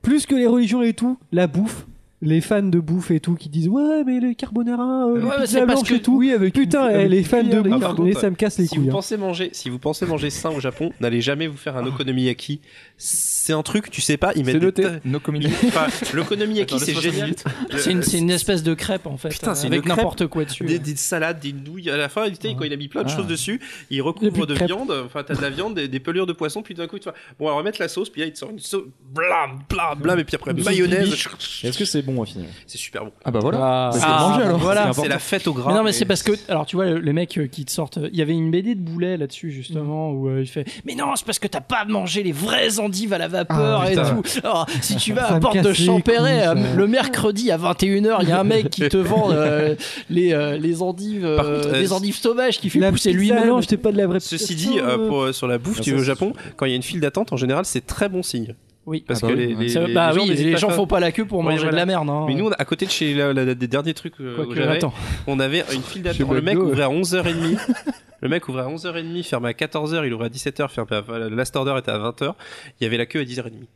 plus que les religions et tout, la bouffe, les fans de bouffe et tout qui disent ouais mais les carbonara, euh, Ouais, les mais pizzas c'est parce blanches que- et tout. Oui, avec Putain, une- eh, avec les une fans de cuillère bouffe, par contre, mais ça me casse les Si vous couilles. hein. pensez manger, si vous pensez manger sain au Japon, n'allez jamais vous faire un okonomiyaki. C'est un truc, tu sais pas, ils mettent. C'est noté. des- No comedy. Enfin, l'okonomiyaki, Attends, c'est laisse-moi génial. Le- c'est une, c'est une espèce de crêpe, en fait. Putain, euh, c'est une avec crêpe n'importe quoi dessus. Des, des salades, des nouilles. À la fin, tu sais, quand il a mis plein de Ah. choses dessus, il Il y a plus recouvre de de crêpes. viande. Enfin, t'as de la viande, des, des pelures de poisson, puis d'un coup, tu vois. Bon, alors, on va mettre la sauce, puis là, il te sort une sauce. Blam, blam, blam, et puis après, Une sauce mayonnaise. bibiche. Est-ce que c'est bon au final. C'est super bon. Ah bah voilà. Ah, mangé, hein. alors. Voilà. C'est la fête au gras. Mais non, mais c'est parce que. Alors, tu vois, le- les mecs euh, qui te sortent. euh, Il y avait une BD de Boulet là-dessus, justement, Mm. où euh, il fait Mais non, c'est parce que t'as pas mangé les vraies endives à la vapeur Ah, et putain. tout. Alors, si tu vas Ça à me Porte de casse les couilles, Champéret, ça. euh, le mercredi à 21h, il y a un mec qui te vend euh, les, euh, les endives euh, Par contre, euh, les endives sauvages qui fait La pousser pizza, lui-même. Non, j'étais pas de la vraie Ceci pizza. dit, euh, pour, euh, sur la bouffe, Ah, tu ça, vas au c'est Japon, quand il y a une file d'attente, en général, c'est très bon signe. Oui. Parce Ah bah que oui, les, ouais. les- Ça- les bah gens oui, n'hésitent les pas gens à- font pas la queue pour Oui, manger voilà. de la merde. hein. Mais nous, on a- à côté de chez la- la- la- des derniers trucs euh, Quoique, où j'avais, attends. on avait une file Chez d'attente. Le mec McDo, ouvrait à 11h30. Le mec ouvrait à 11h30, fermait à 14h, il ouvrait à 17h, fermait à... la last order était à 20h. Il y avait la queue à 10h30.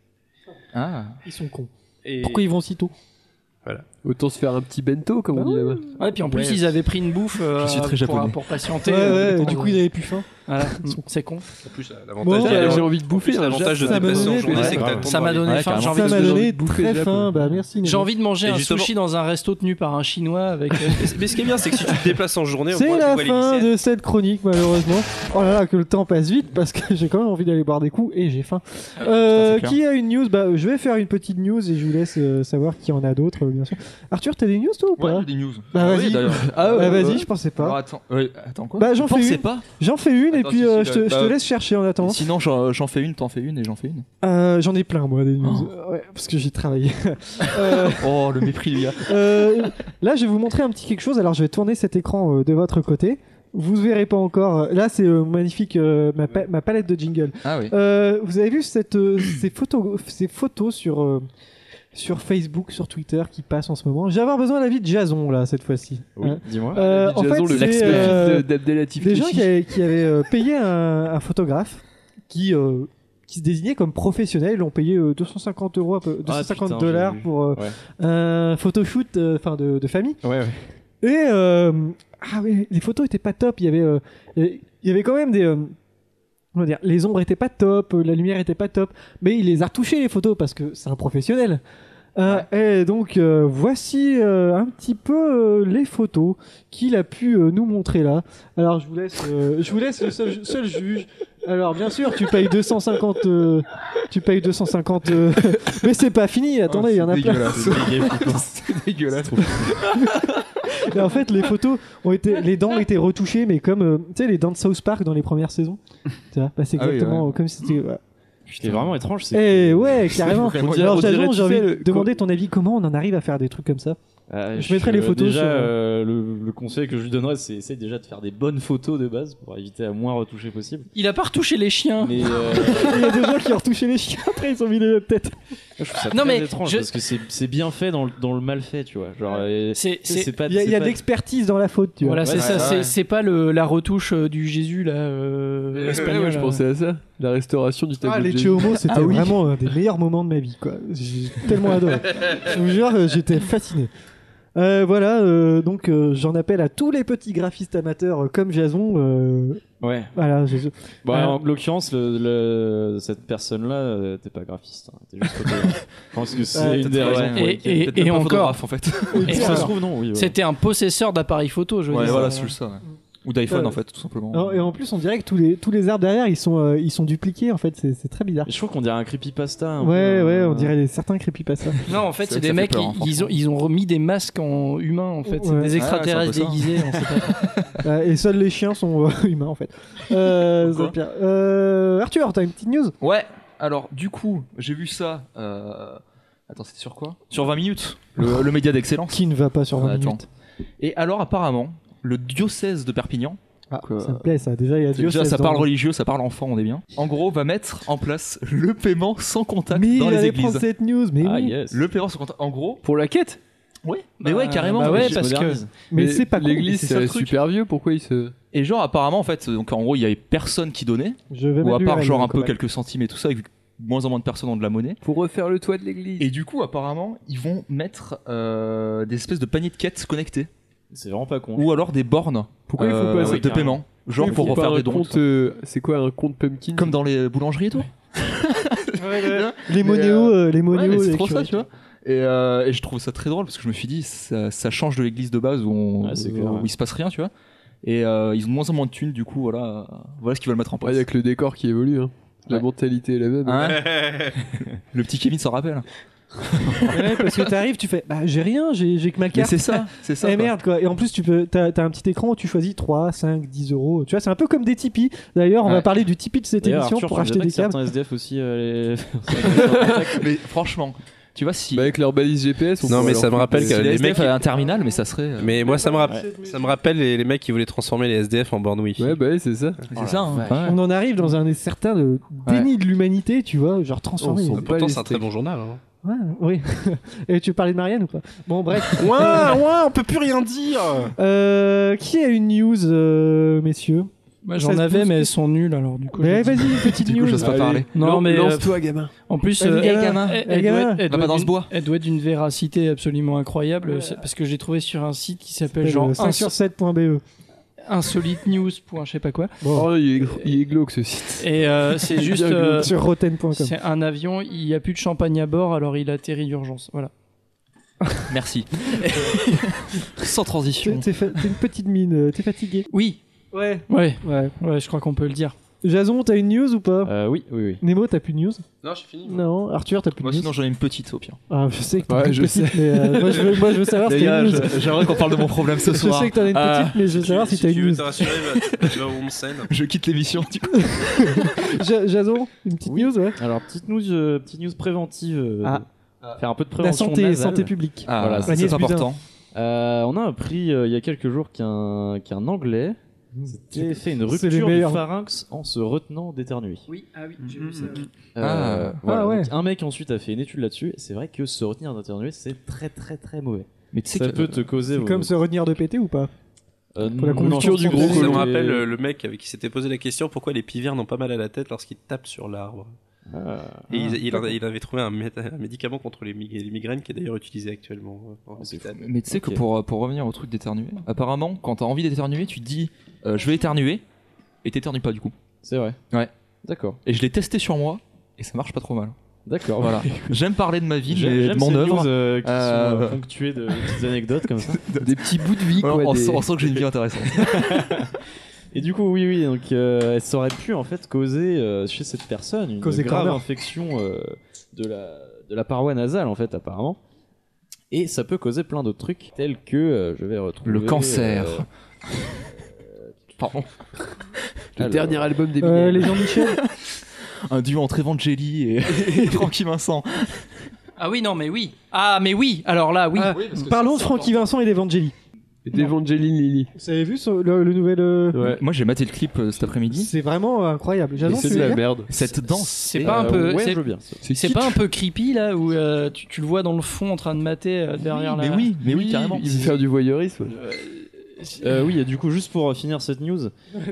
Ah. Ils sont cons. Et... Pourquoi ils vont si tôt Autant se faire un petit bento, comme on Bah dit là-bas. Ouais, puis en plus, ils avaient pris une bouffe euh, suis très pour, japonais. pour patienter. Ouais, euh, ouais, le du temps coup, de- ils avaient plus faim. Voilà. C'est con. En plus, l'avantage Bon, d'aller J'ai en- envie de bouffer. hein, plus, un l'avantage de ça m'a te déplacer en donné- journée, Ouais, c'est que grave. t'as le temps Ça de m'a voir donné Ouais, faim. J'ai carrément. envie Ça de- m'a j'ai donné envie de bouffer très déjà, faim. Bah merci. J'ai envie de manger Et un justement- sushi dans un resto tenu par un chinois avec. euh, les- Mais ce qui est bien, c'est que si tu te déplaces en journée, au C'est moins tu la vois les fin lycéennes. de cette chronique, malheureusement. Oh là là, que le temps passe vite parce que j'ai quand même envie d'aller boire des coups et j'ai faim. Euh, Ah, clair. qui a une news Bah, je vais faire une petite news et je vous laisse euh, savoir qui en a d'autres, euh, bien sûr. Arthur, t'as des news toi ou pas des news. Bah, vas-y. Ah Bah, ouais, vas-y, ouais. je pensais Alors pas. attends, ouais, attends quoi Bah, j'en Je fais pensais une. pas. J'en fais une et Attends, puis si, euh, si, je te- bah, je te bah, laisse chercher en attendant. Sinon, j'en j'en fais une, t'en fais une et j'en fais une. Euh, J'en ai plein moi des news. Ouais, parce que j'ai travaillé. Euh, Oh, le mépris, lui. Euh, là, je vais vous montrer un petit quelque chose. Alors, je vais tourner cet écran euh, de votre côté. Vous verrez pas encore. Là, c'est euh, magnifique euh, ma, pa- ma palette de jingle. Ah oui. Euh, vous avez vu cette, euh, ces photos, ces photos sur euh, sur Facebook, sur Twitter qui passent en ce moment. J'ai avoir besoin de l'avis de Jason là cette fois-ci. Oui, Hein. dis-moi. Euh, en Jason, fait, le c'est, fils euh, de- d'Abdelatif des gens Tchichi. qui avaient, qui avaient, euh, payé un, un photographe qui euh, qui se désignait comme professionnel, l'ont payé euh, 250 euros, à peu- 250 Ah, putain, j'ai dollars vu. pour euh, Ouais. un photoshoot, euh, enfin de- de famille. Ouais, ouais. Et euh, ah oui, les photos étaient pas top. Il y avait, euh, il y avait quand même des. euh, comment dire, les ombres étaient pas top, euh, la lumière était pas top, mais il les a retouchées les photos parce que c'est un professionnel. Euh, Et donc euh, voici euh, un petit peu euh, les photos qu'il a pu euh, nous montrer là. Alors je vous laisse, euh, je vous laisse le seul, seul juge. Alors bien sûr tu payes 250, euh, tu payes 250, euh, mais c'est pas fini. Attendez, il y en a plein. Oh, C'est dégueulasse. Et en fait, les photos ont été, les dents ont été retouchées, mais comme euh, tu sais les dents de South Park dans les premières saisons. Tu vois, bah, c'est Ah oui, exactement comme si c'était. ouais. C'était vraiment étrange. c'est Eh que- ouais, carrément. On dirait- Alors on dirait, Jason, j'ai tu sais, envie le- de demander ton avis. Comment on en arrive à faire des trucs comme ça Euh, Je mettrai les photos Déjà, sur- euh, le, le conseil que je lui donnerais, c'est essaye déjà de faire des bonnes photos de base pour éviter à moins retoucher possible. Il a pas retouché les chiens. Mais euh, Il y a des gens qui ont retouché les chiens après, ils ont mis les peut-être. je trouve ça Non, très mais étrange je- parce que c'est c'est bien fait dans le, dans le mal fait, tu vois. Genre, euh, C'est- tu sais, c'est- pas. Il y a, il y a c'est de pas- l'expertise dans la faute, tu vois. Voilà, c'est ouais, ça. ouais, c'est- ouais. C'est pas le, la retouche euh, du Jésus là. Euh, Ouais, espagnol, moi, je là. pensais à ça. La restauration du tableau Ah, de les Jésus. Chomo, c'était Ah oui. vraiment un des meilleurs moments de ma vie, quoi. J'ai tellement adoré. Je vous jure, euh, j'étais fasciné. Euh, voilà, euh, donc euh, j'en appelle à tous les petits graphistes amateurs euh, comme Jason. euh, Ouais. voilà, je- Bon, Ouais. Bah, en l'occurrence, le- le- cette personne-là, euh, t'es pas graphiste, hein, t'es juste photographe. Je pense que c'est Ouais, une des raisons. pour Et, lesquelles- et- et encore, en fait. Et Et ça se alors- trouve, non, oui. ouais. c'était un possesseur d'appareil photo, je veux Ouais, dire. voilà, c'est juste ça. ouais. Ou d'iPhone, Euh, en fait, tout simplement. Oh. Non, et en plus, on dirait que tous les, tous les arbres derrière, ils sont, euh, ils sont dupliqués, en fait, c'est c'est très bizarre. Je trouve qu'on dirait un creepypasta. un Ouais, peu, ouais, euh, on dirait des, certains creepypasta. Non, en fait, Ça- c'est ça des fait mecs, peur, hein, ils, ils ont, ils ont remis des masques en humain, en fait. C'est Ouais. des Ouais, extraterrestres c'est un peu ça. déguisés. on sait pas. Euh, et seuls les chiens sont euh, humains, en fait. Euh, Pourquoi c'est pire. Euh, Arthur, t'as une petite news Ouais, alors du coup, j'ai vu ça. euh, Attends, c'était sur quoi Sur 20 minutes, le, le média d'excellence. Qui ne va pas sur 20 Ah, attends. minutes Et alors, apparemment, le diocèse de Perpignan, donc, euh, Ah, Ça me plaît, ça. Déjà, il y a Dieu. déjà ça dans- parle religieux, ça parle enfant, on est bien. En gros, va mettre en place le paiement sans contact Mais il dans les allait prendre églises. cette news, mais Ah, oui. yes. Le paiement sans contact, en gros. Pour la quête Ouais, mais Bah, ouais, carrément. bah ouais. ouais, Je parce que- modernise. Mais Mais c'est pas con. L'église, c'est ça, c'est le truc. super vieux. Pourquoi il se. Et genre, apparemment, en fait, donc en gros, il y avait personne qui donnait, Je vais ou à mettre part l'URL, genre un quand peu même. quelques centimes et tout ça, vu que moins en moins de personnes ont de la monnaie. Pour refaire le toit de l'église. Et du coup, apparemment, ils vont mettre euh, des espèces de paniers de quêtes connectés. C'est vraiment pas con. Ou alors des bornes Pourquoi il euh, faut pas ça de carrément. paiement. Genre Pourquoi pour il faut pas refaire un des dons. compte, euh, C'est quoi un compte pumpkin Comme dans les boulangeries et tout. Les Mais, monéos, euh, les Ouais, mais monéos. c'est les trop ça, curés. tu vois. Et, euh, et je trouve ça très drôle parce que je me suis dit, ça, ça change de l'église de base où, on- Ouais, c'est où clair, ouais. il se passe rien, tu vois. Et euh, ils ont de moins en moins de thunes, du coup, voilà, euh, voilà ce qu'ils veulent mettre en Ouais, place. il y a que le décor qui évolue. hein. La Ouais. Ah. mentalité est la même. Hein Le petit Kevin s'en rappelle. Ouais, parce que t'arrives, tu fais, bah j'ai rien, j'ai j'ai que ma Mais carte. c'est ça, c'est ça. Eh quoi. merde quoi. Et en plus tu peux, t'as t'as un petit écran où tu choisis 3, 5, 10 euros. Tu vois, c'est un peu comme des Tipeee. D'ailleurs, on Ouais. va parler du Tipeee de cette D'ailleurs, émission Arthur, pour tu acheter nous des attaques câbles. certains SDF aussi. euh, Mais franchement, tu vois, si. Bah, avec leur balise GPS, on Non, pourrait mais leur ça me foutre rappelle des- que si les les mecs. mecs avaient un terminal, mais ça serait. euh, Mais moi, ça me rappelle, ça me rappelle les, les mecs qui voulaient transformer les SDF en bornes wifi. Ouais, bah ouais, c'est ça. C'est ça, hein. On en arrive dans un certain euh, déni de l'humanité, tu vois, genre On transformé. s'en bat Pourtant, les c'est un très steaks. bon journal. hein. Ouais, oui. Et tu parlais de Marianne ou pas Bon, bref. Ouais, ouais, on peut plus rien dire. Euh, qui a une news, euh, messieurs Moi, j'en Ça se avais, pousse. mais elles sont nulles alors du coup. Ouais, j'ai dit- Vas-y, une petite Du coup, news. j'ose pas parler. Non, mais euh, gamin. en plus, Vas-y, euh, gamin. elle, Eh, elle doit, gamin. être- elle doit Va pas Ah, bah, être dans ce d'une- bois. Elle doit être d'une véracité absolument incroyable c'est- parce que j'ai trouvé sur un site qui s'appelle genre Genre 5 Euh, sur 7.be. insolite news pour un je sais pas quoi. Oh, il est, il est glauque ce site. Et euh, c'est juste. Bien euh, Sur roten.com. c'est un avion, il n'y a plus de champagne à bord, alors il atterrit d'urgence. Voilà. Merci. Sans T'es transition. t'es fa- t'es une petite mine, euh, t'es fatigué. Oui. Ouais. Ouais, Ouais. ouais, je crois qu'on peut le dire. Jason, t'as une news ou pas euh, oui, oui, oui. Nemo, t'as plus de news Non, j'ai fini. Non. Arthur, t'as plus de Moi, news sinon, j'en ai une petite au pire. Ah, je sais que t'as Ouais, une je petite, sais. mais euh, moi, je veux, moi je veux savoir si Les t'as gars, une news. je- Euh, j'aimerais qu'on parle de mon problème ce Je soir. sais que t'en as une Ah, petite, mais je veux savoir si, t'as tu une veux news. te rassurer, bah, tu vas au Monsen. Je quitte l'émission. du coup. Ja- Jason, une petite news, ouais. Alors, petite news, euh, petite news préventive. euh, Ah. de- Faire un peu de La prévention. santé, nasale. santé publique. Ah, Voilà, c'est Agnès c'est important. Euh, on a appris euh, il y a quelques jours qu'un qu'un Anglais s'était fait une C'est les rupture du meilleurs. pharynx en se retenant d'éternuer. Oui, ah oui, j'ai vu ça. Euh, Ah. voilà. Ah ouais. Donc, un mec ensuite a fait une étude là-dessus. et C'est vrai que se retenir d'éternuer, c'est très très très mauvais. Mais tu sais Ça que- peut te causer. C'est comme se retenir de péter ou pas euh, pour la non, conjoncture je du pense gros que Ça c'est- me rappelle euh, le mec avec qui s'était posé la question pourquoi les pivers n'ont pas mal à la tête lorsqu'ils tapent sur l'arbre. Ah. Et il, il en a- il avait trouvé un, méta- un médicament contre les, mig- les migraines qui est d'ailleurs utilisé actuellement euh, en Ah, c'est hôpital. Mais tu sais Ok. que pour, euh, pour revenir au truc d'éternuer, apparemment, quand t'as envie d'éternuer, tu dis euh, je vais éternuer et t'éternues pas du coup. C'est vrai. Ouais. D'accord. Et je l'ai testé sur moi et ça marche pas trop mal. D'accord. Voilà. Oh. J'aime parler de ma vie, J'aime mais de j'aime mon ces œuvre. news, euh, qui sont Euh, euh, ponctuées de petites anecdotes comme ça. Des petits bouts de vie, Ouais, quoi. on, des- sent, on sent que j'ai une vie intéressante. Et du coup, oui, oui, donc euh, ça aurait pu en fait causer euh, chez cette personne une Causer grave graveur. infection euh, de, la, de la paroi nasale en fait, apparemment. Et ça peut causer plein d'autres trucs tels que euh, je vais retrouver Le cancer. euh, Pardon. Le alors, dernier album des Euh, Mignonnes. Les Jean-Michel Un duo entre Evangeli et, et Francky Vincent. Ah oui, non, mais oui. Ah, mais oui. Alors là, oui. Ah, Parlons de Francky Vincent et d'Evangeli. Et d'Evangeline Lily. Vous avez vu ce- le, le nouvel. euh, Ouais. Moi j'ai maté le clip euh, cet après-midi. C'est vraiment incroyable. Et Jason, tu C'est de veux la dire merde. Cette danse. euh, C'est est- pas un peu. euh, ouais, c'est- je veux bien. ça. C'est pas un peu creepy là où euh, tu, tu le vois dans le fond en train de mater euh, derrière Mais la. oui, mais oui, Oui, carrément. Il veut faire du voyeurisme. Euh, oui, et du coup, juste pour finir cette news,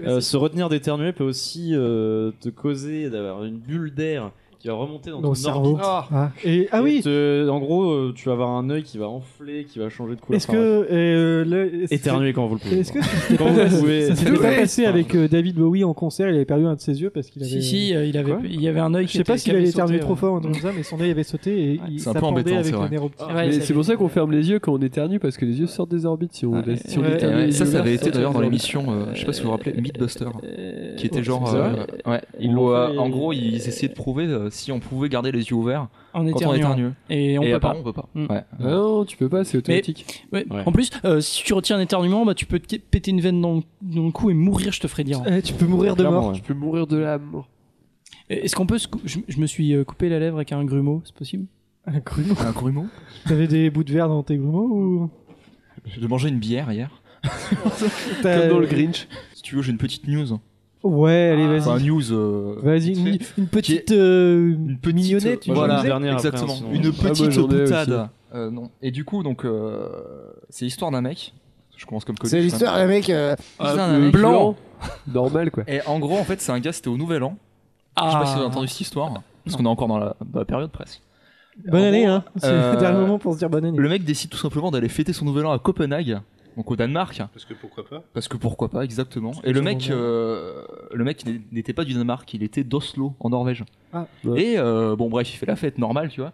euh, se retenir d'éternuer peut aussi euh, te causer d'avoir une bulle d'air qui va remonter dans Dans le ton cerveau. orbite. Ah, et, ah Et oui te- en gros, euh, tu vas avoir un œil qui va enfler, qui va changer de couleur. Est-ce Enfin, bref. que. euh, le- est-ce- éternuer quand vous le pouvez. Est-ce que quand vous le pouvez. ça s'était pas Ouais. passé avec euh, David Bowie en concert Il avait perdu un de ses yeux parce qu'il avait. Si, si, euh, il, avait, Quoi il y avait un œil Je qui sais pas était- qui s'il avait sauté, éternué ouais. trop fort en ça, mais son œil avait sauté et il C'est un peu s'appendait embêtant, c'est avec le vrai. nerf optique. Ouais, Mais ça c'est pour fait- ça qu'on ferme les yeux quand on éternue parce que les yeux sortent des orbites si on Ouais. laisse- si on Ouais, Et éternue. ouais, les ça, yeux ça avait sortent été d'ailleurs dans des l'émission, euh, je sais pas si vous vous rappelez, Mythbuster, Euh, qui était ouais, genre, c'est ça. euh, ouais, Ils où, l'ont euh, fait, en gros, ils euh, essayaient de prouver euh, si on pouvait garder les yeux ouverts en quand on éternuant. éternue. Et on Et peut pas. apparemment, on peut pas. Mm. Ouais. Ah non, tu peux pas, c'est automatique. Ouais. Ouais. En plus, euh, si tu retiens un éternuement, bah, tu peux te péter une veine dans le, dans le cou et mourir, je te ferai dire. Eh, tu peux mourir de Clairement, mort. ouais. Tu peux mourir de la mort. Et Est-ce qu'on peut se cou- je, je me suis euh, coupé la lèvre avec un grumeau, c'est possible Un grumeau. Un grumeau Ah, T'avais des bouts de verre dans tes grumeaux ou J'ai mangé une bière hier. t'as- Comme dans le Grinch. Si tu veux, j'ai une petite news. Ouais, allez, vas-y. Ah. Enfin, news. euh, Vas-y, vite fait. une, une petite, euh, une petite mignonnette, une voilà, journée dernière après, exactement, hein, sinon. une Ah, moi, j'en petite ai aussi. boutade. Euh, non. Et du coup, donc, euh, c'est l'histoire d'un mec. Je commence comme connu. d'un mec. d'un mec blanc. Normal quoi. Et en gros, en fait, c'est un gars. C'était au Nouvel An. Ah. Je sais pas si Ah. vous avez entendu cette histoire, parce qu'on est encore dans la, dans la période presque. Bonne En année, gros, hein. C'est euh, le dernier moment pour se dire bonne année. Le mec décide tout simplement d'aller fêter son Nouvel An à Copenhague, donc au Danemark. Parce que pourquoi pas Parce que pourquoi pas, exactement. Et le mec, euh, le mec n'est- n'était pas du Danemark, il était d'Oslo, en Norvège. Ah. Ouais. Et euh, bon, bref, il fait la fête normale, tu vois.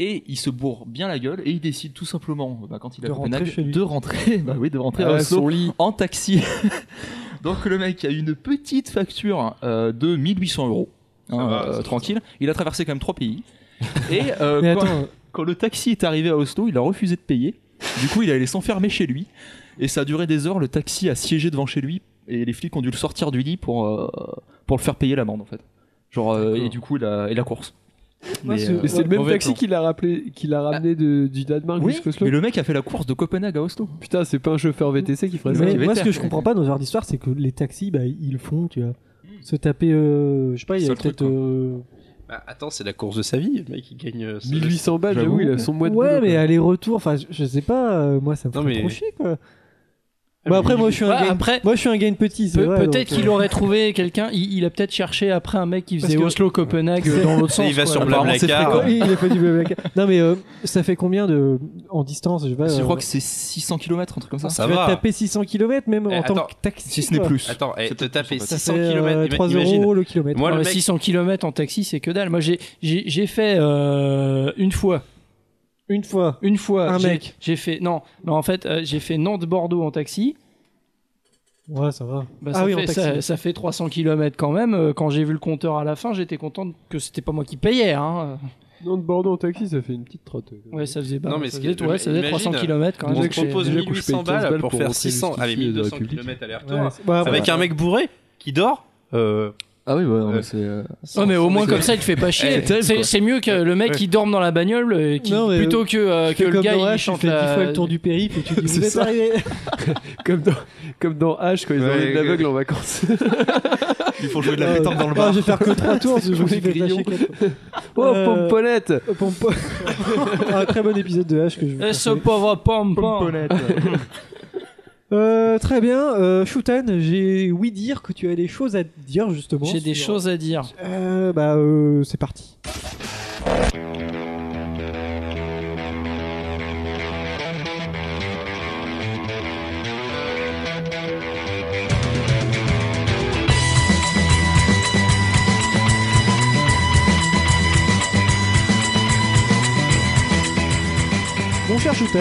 Et il se bourre bien la gueule et il décide tout simplement, bah, quand il est De à rentrer Copenhague, chez lui. de rentrer, bah oui, de rentrer à Ah, Oslo son lit. en taxi. Donc le mec a une petite facture euh, de 1800 euros, hein, Ah bah, euh, c'est tranquille. Il a traversé quand même trois pays. Et euh, Mais quand- attends, Quand le taxi est arrivé à Oslo, il a refusé de payer. Du coup, il allait s'enfermer chez lui. Et ça a duré des heures. Le taxi a siégé devant chez lui. Et les flics ont dû le sortir du lit pour, euh, pour le faire payer l'amende, en fait. Genre, euh, et du coup, la, et la course. Moi, Mais, ce- euh, Mais c'est le même mauvais taxi plan. qui l'a rappelé, qui l'a ramené de- du Danemark Oui, jusqu'au Oslo. mais le mec a fait la course de Copenhague à Oslo. Putain, c'est pas un chauffeur VTC qui ferait ça. ça Mais qui va moi, être ce que clair. je comprends pas dans ce genre d'histoire, c'est que les taxis, bah, ils le font, tu vois. Se taper, euh, je sais pas, il y C'est a le truc, peut-être. quoi. euh, Bah, attends, c'est la course de sa vie, le mec, il gagne. euh, ce- 1800 balles, J'avoue. j'avoue, il a son mois de Ouais, boulot, mais quoi. aller-retour, enfin, je- je sais pas, euh, moi, ça me Non, fait mais- trop chier, quoi. Bah, après, moi, je suis un Ouais, gain- après- moi, je suis un gain petit, c'est Pe- vrai, peut-être donc, qu'il euh, aurait trouvé quelqu'un, il, il a peut-être cherché après un mec qui faisait Parce que- Oslo Copenhague euh, dans l'autre Et sens. il va quoi. sur Apparemment, c'est Blablacar. fréquent. Ouais. Oui, il a fait du Blablacar. Non, mais euh, ça fait combien de. en distance, je sais pas. Je euh, crois que c'est 600 km, un truc comme ça. Ça tu vas va. taper 600 km même Eh, en tant attends, que taxi. Si ce n'est quoi. plus. Attends, eh, C'est te peut-être taper plus, en fait. Ça 600 fait, euh, km. 3 imagine. euros le kilomètre. Moi, Ah, le bah, mec, 600 km en taxi, c'est que dalle. Moi, j'ai- j'ai j'ai fait euh, une fois. Une fois. Une fois, Un j'ai- mec. J'ai fait non, non en fait, euh, j'ai fait Nantes-Bordeaux en taxi. Ouais, ça va. Bah, Ah ça, oui, en fait, taxi. ça, ça fait 300 km quand même. Euh, Quand j'ai vu le compteur à la fin, j'étais content que c'était pas moi qui payais. Hein. Non, de Bordeaux en taxi, ça fait une petite trotte. Ouais, ça faisait, bah, Non, mais ça ce faisait, qui est- ouais, ça faisait imagine, 300 km quand on même. te Déjà que j'ai- propose déjà que je paye 1800 15 balles balles pour pour faire rentrer 600 jusqu'ici avec de la 1200 République. km Ouais, aller-retour. c'est- bah, après- Avec un mec bourré qui dort. euh, Ah oui, ouais, non, Euh, mais c'est. euh, Non, mais au moins comme ça, il te fait pas chier. terrible, C'est- quoi. C'est mieux que le mec qui dorme dans la bagnole euh, qui- Non, mais- plutôt que, euh, Tu fais que le comme gars dans H, il tu chante fais 10 la- fois le tour du périph' et tu dis C'est vous êtes ça. arrivé. Comme dans, comme dans H quand ils Ouais, enlèvent ouais. l'aveugle en vacances. Il faut jouer de Euh, la pétanque dans le ah, bar. je vais faire que 3 tours, je me suis fait Grillon. lâcher quatre fois. Oh, Euh, Pomponnette Euh, pompo- Un très bon épisode de H que je vous Eh, ce conseille. pauvre pompon. Euh, Très bien, euh, Shoutan, j'ai oui dire que tu as des choses à dire justement. J'ai des sur- choses à dire. Euh, bah, euh, c'est parti. Mon cher Shoutan,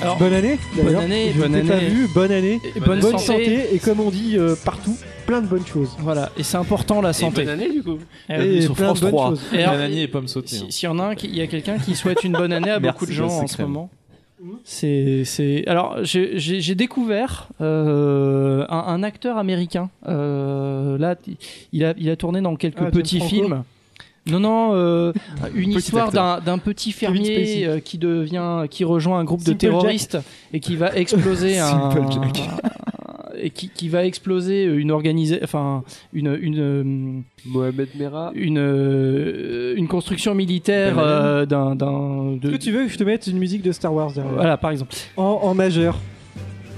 Alors, bonne année d'ailleurs. année, Je bonne t'ai pas année. vu, bonne année, Et bonne bonne santé. santé et comme on dit euh, partout, plein de bonnes choses. Voilà, et c'est important la et santé. Bonne année, du coup. Eh oui. Et sur plein de France bonnes 3. choses. Et Ah, alors, Bananier et pomme sautée. Si- S'il y en a un, qui- il y a quelqu'un qui souhaite une bonne année à beaucoup de gens hein. Merci, en c'est ce crème. moment. Mmh. C'est, c'est. Alors, j'ai- j'ai j'ai découvert euh, un, un acteur américain. Euh, là, t- il a, il a tourné dans quelques Ah, James petits Franco. films. Non, non, euh, une Petit histoire acteur. d'un d'un petit fermier Spacey. euh, qui devient, qui rejoint un groupe de Simple Jack. terroristes et qui va exploser un, Simple Jack. un- et qui, qui va exploser une organisée, enfin une, une euh, Mohamed Merah. une, euh, une construction militaire euh, d'un. d'un- de- Est-ce que tu veux que je te mette une musique de Star Wars derrière Voilà, par exemple. en, en majeur.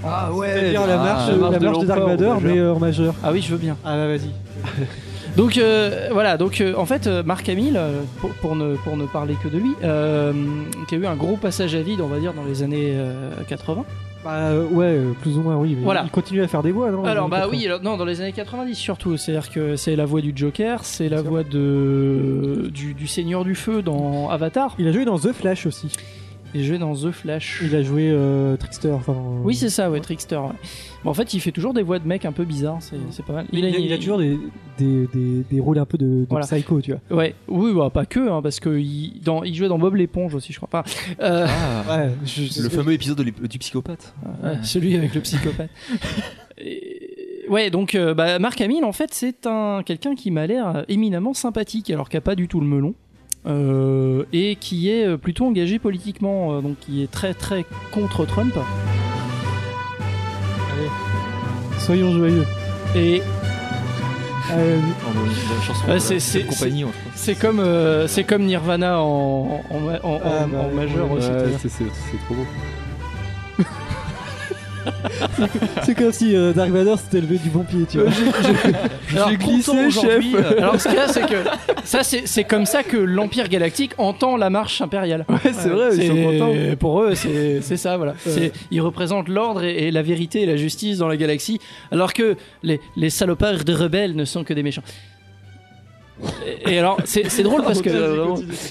Ah ouais C'est-à-dire la marche, la la marche de marche de, Dark l'empereur en Vador, mais euh, en majeur. Ah oui, je veux bien. Ah bah vas-y. Donc euh, voilà, donc euh, en fait, euh, Marc Hamill, euh, pour, pour ne, pour ne parler que de lui, euh, qui a eu un gros passage à vide, on va dire, dans les années euh, 80. Bah euh, ouais, euh, plus ou moins, oui. Mais Voilà. Il continue à faire des voix, non Alors Oh, les bah quatre-vingts. oui, alors, non, dans les années 90 surtout. C'est-à-dire que c'est la voix du Joker, c'est la voix de du, du Seigneur du Feu dans Avatar. Il a joué dans The Flash aussi. Il jouait dans The Flash. Il a joué euh, Trickster. Enfin, euh, Oui, c'est ça, ouais, Trickster. ouais. Bon, en fait, il fait toujours des voix de mecs un peu bizarres, c'est c'est pas mal. il, a, il a toujours des, des, des, des rôles un peu de, de Voilà. psycho, tu vois. Ouais, oui, bah, pas que, hein, parce que il, dans, il jouait dans Bob l'éponge aussi, je crois pas. Euh, Ouais, je- je- Le fameux épisode de l'ép- du psychopathe. ouais, euh, Celui avec le psychopathe. Et- ouais, donc euh, bah, Marc Hamill, en fait, c'est un quelqu'un qui m'a l'air euh, éminemment sympathique, alors qu'il n'a pas du tout le melon. euh, et qui est euh, plutôt engagé politiquement, euh, donc qui est très très contre Trump. Soyons joyeux. Et Euh, La chanson Ouais, de c'est- la- c'est- de compagnie. en fait. c'est comme euh, c'est comme Nirvana en, en, en- en- Ah, bah, en oui, majeur oui, aussi. oui. Ouais, c'est- c'est c'est trop beau. c'est comme si euh, Dark Vador s'était levé du bon pied, tu Euh, vois. Alors, J'ai glissé, pourtant, aujourd'hui, chef. euh, Alors ce qu'il y a, c'est que ça, c'est c'est comme ça que l'Empire galactique entend la marche impériale. Ouais, c'est vrai, ils sont contents. C'est- Pour eux, c'est c'est ça, voilà. C'est- Ils représentent l'ordre et, et la vérité et la justice dans la galaxie, alors que les, les salopards de rebelles ne sont que des méchants. Et, et alors, c'est c'est drôle parce que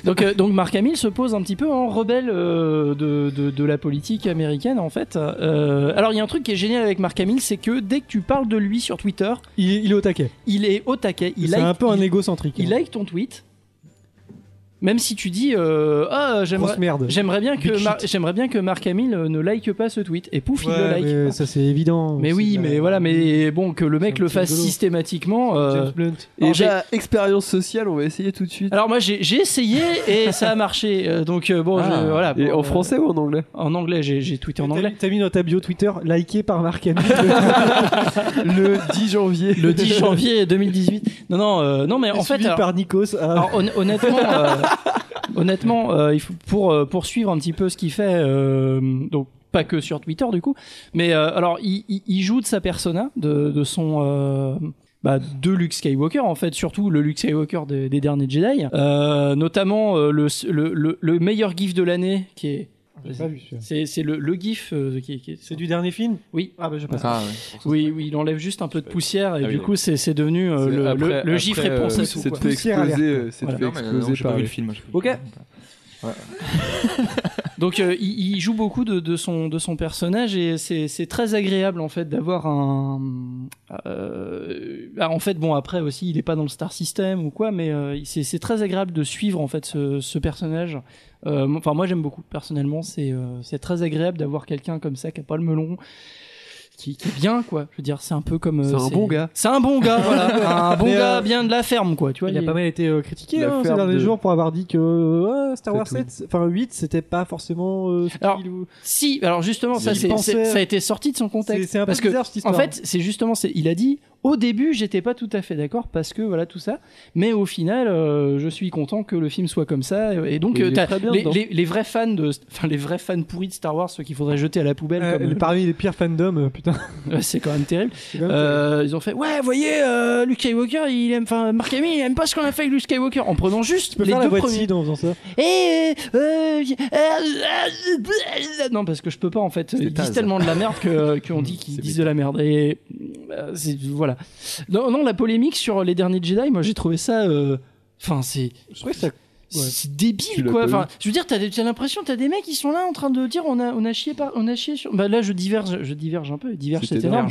donc, euh, donc Mark Hamill se pose un petit peu en rebelle euh, de, de- de la politique américaine en fait. Euh, alors il y a un truc qui est génial avec Mark Hamill, c'est que dès que tu parles de lui sur Twitter, Il, il est au taquet. il est au taquet. Il C'est like- un peu un il- égocentrique. il hein. like ton tweet. Même si tu dis, euh, ah, j'aimerais, Grosse merde. j'aimerais bien euh, Big que, shit. Mar- j'aimerais bien que Marc Hamill euh, ne like pas ce tweet. Et pouf, il le Ouais, like. mais ça c'est évident. Mais C'est oui, de la- mais voilà, mais bon, que le mec C'est un le petit fasse rigolo. systématiquement. euh, James Blunt. alors Et j'ai- bah, expérience sociale, on va essayer tout de suite. Alors moi j'ai j'ai essayé et ça a marché. Euh, donc euh, bon, Ah. je- voilà. Et Bon, en euh, français ou en anglais En anglais, j'ai j'ai tweeté en T'as- anglais. T'as mis dans ta bio Twitter liké par Marc Hamill. Le 10 janvier. Le 10 janvier 2018. Non, non, euh, non, mais en fait, suivi alors- par Nikos. Ah. à- Alors, hon- honnêtement, euh, honnêtement euh, il faut, pour euh, poursuivre un petit peu ce qu'il fait, euh, donc pas que sur Twitter du coup, mais euh, alors il, il- il joue de sa persona, de, de son. euh, bah, de Luke Skywalker en fait surtout le Luke Skywalker des, des derniers Jedi Euh, notamment euh, le, le, le- le meilleur gif de l'année qui est J'ai pas vu, celui-là. c'est c'est le, le gif euh, qui, est- qui est- C'est du dernier film oui Ah bah je passe. Ah, ouais. oui oui il enlève juste un peu de poussière et Ah oui, du oui. coup c'est c'est devenu euh, C'est le, après- le- le après, gif euh, réponse à tout C'est quoi. fait Poussière exploser, euh, c'est Voilà. fait Non, mais non, exploser j'ai pas par vu les- le film. Ok. Donc euh, il, il joue beaucoup de, de son de son personnage et c'est c'est très agréable en fait d'avoir un euh, ah, en fait bon après aussi il est pas dans le star system ou quoi mais euh, il- c'est c'est très agréable de suivre en fait ce, ce personnage Euh, moi- enfin moi j'aime beaucoup personnellement c'est euh, c'est très agréable d'avoir quelqu'un comme ça qui a pas le melon qui, qui est bien quoi je veux dire c'est un peu comme euh, C'est un bon gars. c'est un bon gars voilà un bon Mais, euh, gars bien de la ferme quoi tu vois Il a il- pas mal été euh, critiqué La hein, ces ferme derniers de- jours pour avoir dit que euh, ah, Star Wars Tatooine. 7, enfin 8, c'était pas forcément. euh, ce qu'il Alors, ou- Si, alors justement, ça, Il c'est- pensait- c'est- ça a été sorti de son contexte. C'est- c'est un peu parce bizarre, que, cette histoire. En fait, c'est justement, c'est- il a dit au début, j'étais pas tout à fait d'accord parce que voilà tout ça, mais au final, euh, je suis content que le film soit comme ça. Et donc, Et il euh, est t'as très bien les, dedans. les- les vrais fans de, enfin les vrais fans pourris de Star Wars, ceux qu'il faudrait jeter à la poubelle, Euh, comme- Parmi les pires fandoms, euh, putain. Ouais, c'est quand même terrible. c'est quand même Euh, ils ont fait, ouais, voyez, euh, Luke Skywalker, il aime, enfin Mark Hamill, il aime pas ce qu'on a fait avec Luke Skywalker en prenant juste Tu peux les faire la deux voix de premiers. Sid en faisant ça. Et euh, euh, euh, euh, non parce que je peux pas en fait. Ils disent Taz. tellement de la merde que euh, qu'on dit qu'ils C'est disent de la merde et euh, c'est- voilà. Non, non la polémique sur les derniers Jedi, moi j'ai trouvé ça. euh, Enfin c'est Je trouvais que ça. c'est Tu débile l'as quoi. pas vu. Enfin, je veux dire, t'as, des- t'as l'impression, t'as des mecs qui sont là en train de dire on a on a chié par on a chié sur. Bah là je diverge, je diverge un peu. Diverge c'est énorme.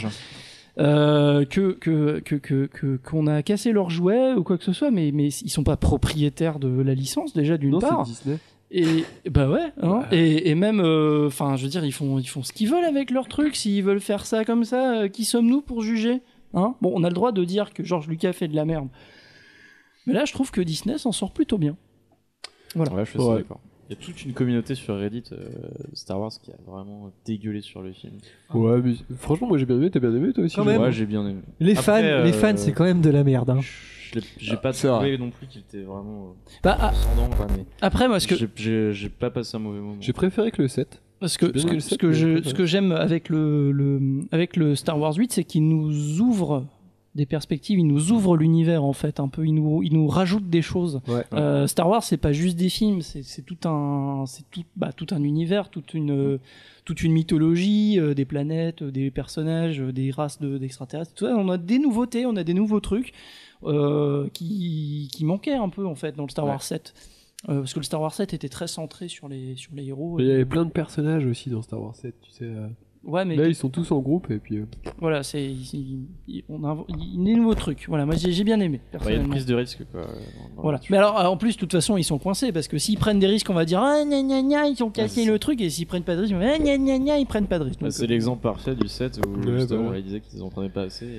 Euh, que que que que que- qu'on a cassé leurs jouets ou quoi que ce soit, mais mais ils sont pas propriétaires de la licence déjà d'une Non, part. c'est Disney. Et bah ouais, hein. et, et même, euh, enfin, je veux dire, ils font, ils font ce qu'ils veulent avec leur truc. S'ils veulent faire ça comme ça, euh, qui sommes-nous pour juger hein Bon, on a le droit de dire que George Lucas fait de la merde. Mais là, je trouve que Disney s'en sort plutôt bien. Ouais, je suis assez d'accord. Il y a toute une communauté sur Reddit euh, Star Wars qui a vraiment dégueulé sur le film. Ouais, mais franchement, moi j'ai bien aimé, t'as bien aimé toi aussi. Quand je- même. Ouais, j'ai bien aimé. Les Après, fans, les euh, fans, c'est quand même de la merde. Hein. Je l'ai- J'ai pas c'est trouvé non plus qu'il était vraiment Bah, euh, a- transcendant, quoi, mais après, moi, ce que, j'ai- j'ai j'ai pas passé un mauvais moment. J'ai préféré que le 7. Parce que, Bien ce que, le ce sept, que mais je, pas ce mal. que j'aime avec le, le, avec le Star Wars 8, c'est qu'il nous ouvre des perspectives, il nous ouvre l'univers en fait, un peu, il nous, il nous rajoute des choses. Ouais. Euh, Star Wars, c'est pas juste des films, c'est c'est tout un, c'est tout, bah, tout un univers, toute une, euh, toute une mythologie, euh, des planètes, euh, des personnages, euh, des races de- d'extraterrestres, tout ça. On a des nouveautés, on a des nouveaux trucs euh, qui, qui manquaient un peu en fait dans le Star Wars 7. Euh, parce que le Star Wars 7 était très centré sur les, sur les héros. Il y avait plein de personnages aussi dans Star Wars 7, tu sais. euh. Ouais, mais Là, ils sont tous en groupe et puis. euh, voilà, c'est il- il- on a il- des nouveaux trucs. Voilà, moi j'ai j'ai bien aimé Ouais, Il y a une personnellement. prise de risque, quoi. euh, dans- dans voilà. le- Mais alors, euh, en plus, de toute façon, ils sont coincés parce que s'ils prennent des risques, on va dire ah gna gna gna, ils ont cassé le truc, et s'ils prennent pas de risque, on va, ah, gna gna gna, ils prennent pas de risque. Bah, Donc, euh, c'est l'exemple parfait du set où Ouais, justement, bah ouais. on disait qu'ils entraînaient pas assez. et-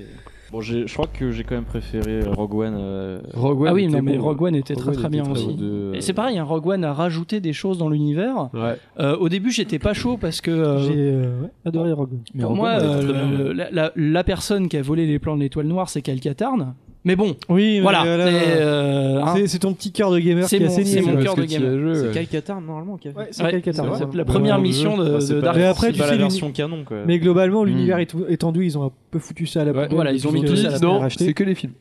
Bon, j'ai- je crois que j'ai quand même préféré euh, Rogue One. euh, Rogue One. ah oui, était non, bon. mais hein. Rogue One était Rogue très One très était bien très aussi. aux deux, Et euh, c'est pareil, hein, Rogue One a rajouté des choses dans l'univers. Ouais. Euh, au début, j'étais pas chaud parce que euh, J'ai euh, ouais, adoré Rogue. One. pour moi, euh, le- la, la- la personne qui a volé les plans de l'étoile noire, c'est Calcatarn. Mais bon, Oui, mais voilà. là, c'est, là, euh, hein, c'est c'est ton petit cœur de gamer C'est qui a mon- saigné. c'est mon quoi. parce cœur de que tu y gamer. as joué, ouais. Cal Katarn, normalement qui a Ouais, c'est hein. Ouais, quel Qatar, c'est voilà. la première Ouais. mission de, Bah, c'est de pas- Dark Mais après, C'est tu pas la finis- version canon, quoi. Mais globalement, Mm. l'univers éto- étendu, ils ont un peu foutu ça à la Ouais. poubelle Hmm. Voilà, ils ont mis depuis, tout euh, ça à la qu'ils ont Non, racheté. c'est que les films.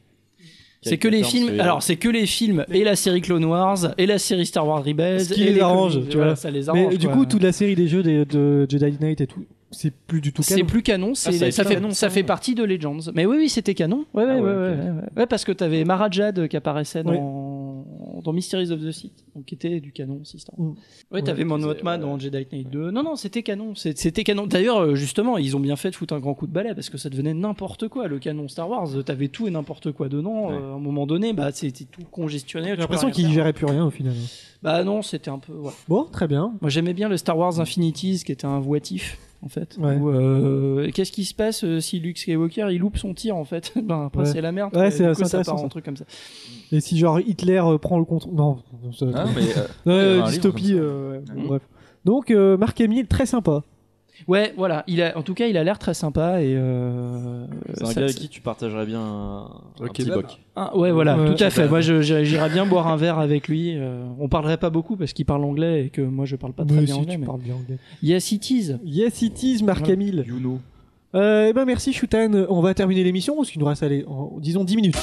C'est que les films. Alors, c'est que les films et la série Clone Wars et la série Star Wars Rebels. Ce qui et les les arrange, comics, tu voilà, vois. Ça les Mais arrange. du quoi. coup, toute la série des jeux des- de Jedi Knight et tout, c'est plus du tout c'est canon. plus canon. c'est- Ah, ça a été ça fait canon, ça ça, fait ouais. partie de Legends. Mais oui, oui, c'était canon. Ouais, ouais, Ah ouais, ouais, ouais, ok. ouais, ouais. Ouais, parce que t'avais Mara Jade qui apparaissait dans. dans, dans Mysteries of the Sith, donc qui était du canon aussi Star Wars. Ouais, t'avais Mon Mothma dans Jedi Knight 2. Non, non, c'était canon. c'est- C'était canon. D'ailleurs, euh, justement, ils ont bien fait de foutre un grand coup de balai parce que ça devenait n'importe quoi. Le canon Star Wars, euh, t'avais tout et n'importe quoi dedans. euh, à un moment donné, bah, c'était tout congestionné. J'ai tu l'impression peux rien qu'il faire. gérait plus rien au final. Bah non, c'était un peu. ouais. Bon, très bien. Moi, j'aimais bien le Star Wars Infinities, qui était un voitif. En fait, Ouais. Où, euh, qu'est-ce qui se passe euh, si Luke Skywalker il loupe son tir en fait Ben après Ouais. c'est la merde. Ouais, quoi, et c'est du assez coup, ça intéressant, part en ça. truc comme ça. Et si genre Hitler euh, prend le contrôle. Non, non, ça- Hein, mais, euh, Ouais, il y avait un dystopie. livre euh, ouais, bon, Mm. Bref. Donc, euh, Marc Hamill, très sympa. Ouais, voilà. Il a, en tout cas, il a l'air très sympa et. Euh, C'est un ça- gars avec qui tu partagerais bien un, un Ok, petit bah. boc. Ah, ouais, voilà, Ouais. tout à fait. Moi, je- je- j'irais bien boire un verre avec lui. euh, on parlerait pas beaucoup parce qu'il parle anglais et que moi, je parle pas très Mais bien si, anglais. tu mais- parles bien anglais. Yes, it is. Yes, it is, Marc Ouais. Hamill. Euh, eh ben merci Shutan, on va terminer l'émission parce qu'il nous reste allez, en- disons 10 minutes.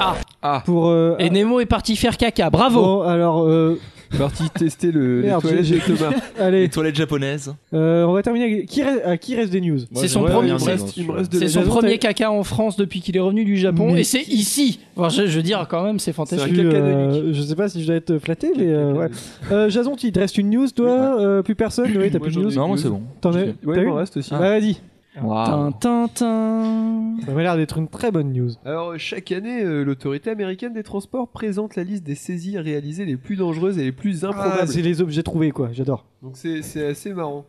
Ah. Ah. Pour euh, Et ah, Nemo est parti faire caca. Bravo. bon, alors euh, Parti tester le, les Merde, toilettes j'ai- de Thomas. allez, les toilettes japonaises. euh, on va terminer avec qui reste, à qui reste des news C'est son Ouais, il premier. me bien c'est- raison, reste, il me reste de C'est la son raison, premier t'as- caca en France depuis qu'il est revenu du Japon Mais- et c'est ici. Enfin, je, je veux dire quand même, c'est Je C'est un fantastique. suis, caca de euh, je sais pas si je dois être flatté, mais euh, ouais. Euh, Jason, tu il te reste une news, toi euh, Plus personne Noé, t'as Moi, plus de j'en news ai- Non, moi c'est bon. T'en as Ouais, t'as il une m'en reste aussi. Bah, Vas-y, Ah. Waouh. Tintin, tintin. ça m'a l'air d'être une très bonne news. Alors, euh, chaque année, euh, l'autorité américaine des transports présente la liste des saisies réalisées les plus dangereuses et les plus Ah, improbables. c'est les objets trouvés, quoi, j'adore. Donc c'est c'est assez marrant.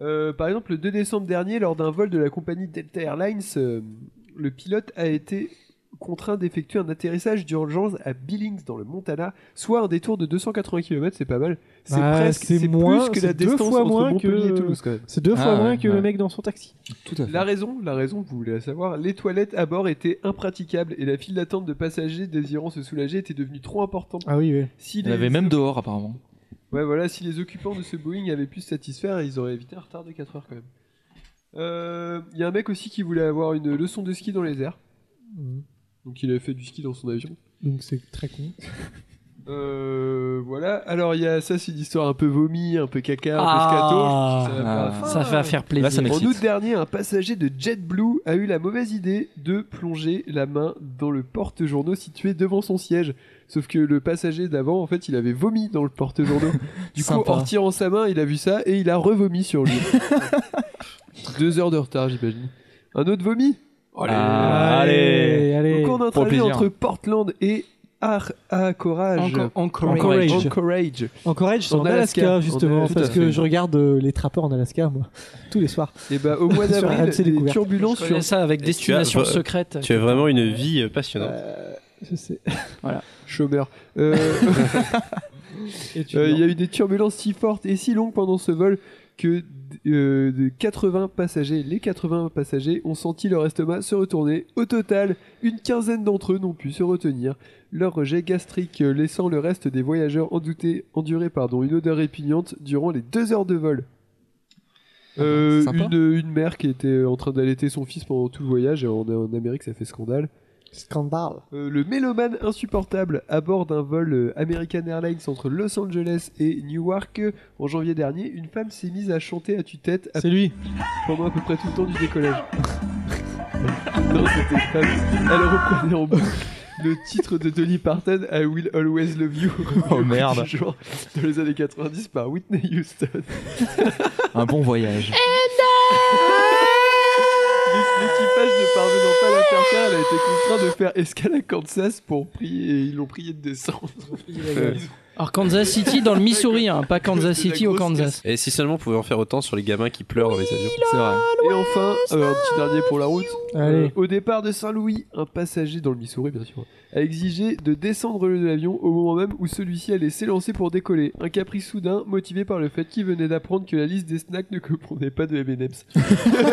Euh, par exemple, le 2 décembre dernier, lors d'un vol de la compagnie Delta Airlines, euh, le pilote a été contraint d'effectuer un atterrissage d'urgence à Billings dans le Montana, soit un détour de 280 km, c'est pas mal. C'est Ah, presque c'est c'est moins- plus que c'est la deux distance fois entre moins que- Montpellier et Toulouse quand même. C'est deux Ah, fois ouais, moins que le ouais. mec dans son taxi. Tout à fait. La raison, la raison, vous voulez la savoir, les toilettes à bord étaient impraticables et la file d'attente de passagers désirant se soulager était devenue trop importante. Ah oui, oui. Si Il les- avait même dehors apparemment. Ouais, voilà, si les occupants de ce Boeing avaient pu se satisfaire, ils auraient évité un retard de 4 heures quand même. Euh, Il y a un mec aussi qui voulait avoir une leçon de ski dans les airs. Donc il a fait du ski dans son avion. Mm. Donc c'est très con. Euh, voilà, alors il y a ça, c'est une histoire un peu vomi, un peu caca, un Ah. peu scato. Ça va faire la fin. Ça va faire plaisir. Là, ça En m'excite. août dernier, un passager de JetBlue a eu la mauvaise idée de plonger la main dans le porte-journaux situé devant son siège. Sauf que le passager d'avant, en fait, il avait vomi dans le porte-journaux. du coup, Sympa. en retirant sa main, il a vu ça et il a revomi sur lui. Deux heures de retard, j'imagine. Un autre vomi Ah, allez. allez. Au cours d'un Pour trajet le plaisir. entre Portland et Ar Anchorage. Encore, encore. Anchorage. Anchorage. Anchorage, c'est en, En Alaska, Alaska, justement, en Alaska, parce tout à que fait. je regarde euh, les trappeurs en Alaska, moi, tous les soirs. Et bah, au mois Sur d'avril, RMC des Découverte. turbulences Je sur connais ça avec as- destination euh, secrète. Tu as vraiment une vie euh, passionnante. Je sais. chômeurs. Euh, Et tu Euh, Il y a eu des turbulences si fortes et si longues pendant ce vol que euh, de 80 passagers, les 80 passagers ont senti leur estomac se retourner. Au total, une quinzaine d'entre eux n'ont pu se retenir. Leur rejet gastrique euh, laissant le reste des voyageurs endoutés, endurer pardon, une odeur répugnante durant les deux heures de vol. Euh, sympa. une, une mère qui était en train d'allaiter son fils pendant tout le voyage, en, en Amérique ça fait scandale. Scandale. Euh, le mélomane insupportable à bord d'un vol euh, American Airlines entre Los Angeles et Newark euh, en janvier dernier, une femme s'est mise à chanter à tue-tête à- C'est lui. pendant à peu près tout le temps du décollage. non, c'était une femme. Elle reprenait en boucle le titre de Dolly Parton I Will Always Love You. Oh, merde. Du jour dans les années 90 par Whitney Houston. Un bon voyage. L'équipage ne parvenant pas à la faire taire, elle a été contraint de faire escale à Kansas pour prier et ils l'ont prié de descendre. Euh, Alors Kansas City dans le Missouri, hein, pas Kansas C'est la City au grosse Kansas. Et si seulement on pouvait en faire autant sur les gamins qui pleurent dans les avions. C'est vrai. Et enfin, euh, un petit dernier pour la route. Allez. Euh, au départ de Saint-Louis, un passager dans le Missouri, bien sûr, a exigé de descendre de l'avion au moment même où celui-ci allait s'élancer pour décoller. Un caprice soudain, motivé par le fait qu'il venait d'apprendre que la liste des snacks ne comprenait pas de M&M's. Ah,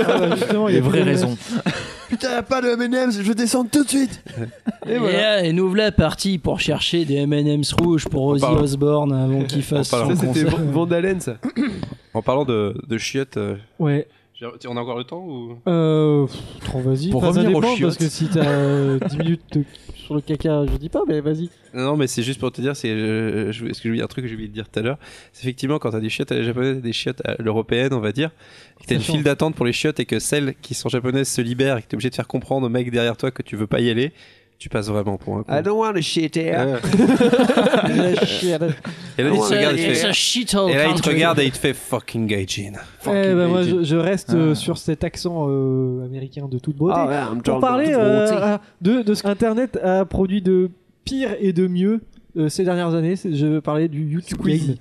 bah, justement, il y Les a vraies plus de- raisons. Putain, pas de M&M's, je veux descendre tout de suite. Et Et, voilà. là, et nous voilà partis pour chercher des M&M's rouges pour Ozzy parle- Osbourne avant qu'il fasse on parle- son Ça c'était concert. Van Van Halen, ça. En parlant de, de chiottes, euh, Ouais. j'ai- on a encore le temps ou Euh, pff, trop vas-y. Pour Enfin, ça revenir aux dépend, parce chiottes. que si t'as euh, 10 minutes de- sur le caca, je dis pas, mais vas-y. Non, non, mais c'est juste pour te dire, c'est euh, je- ce que j'ai oublié- un truc que j'ai oublié de dire tout à l'heure. C'est effectivement quand t'as des chiottes à la japonaise et des chiottes à l'européenne, on va dire, et que Ça t'as une change. file d'attente pour les chiottes et que celles qui sont japonaises se libèrent et que t'es obligé de faire comprendre au mec derrière toi que tu veux pas y aller. Tu passes vraiment pour un con. I don't want to shit here. Ouais. Et là, il te regarde, il It's fait- a shithole et là, il te country. regarde et il te fait fucking gaijin. Eh ben, moi, Fucking je, je reste euh, Ah. sur cet accent euh, américain de toute beauté. Ah ouais, I'm Pour drunk. parler euh, de, de ce qu'Internet a produit de pire et de mieux euh, ces dernières années, c'est- je veux parler du YouTube Game.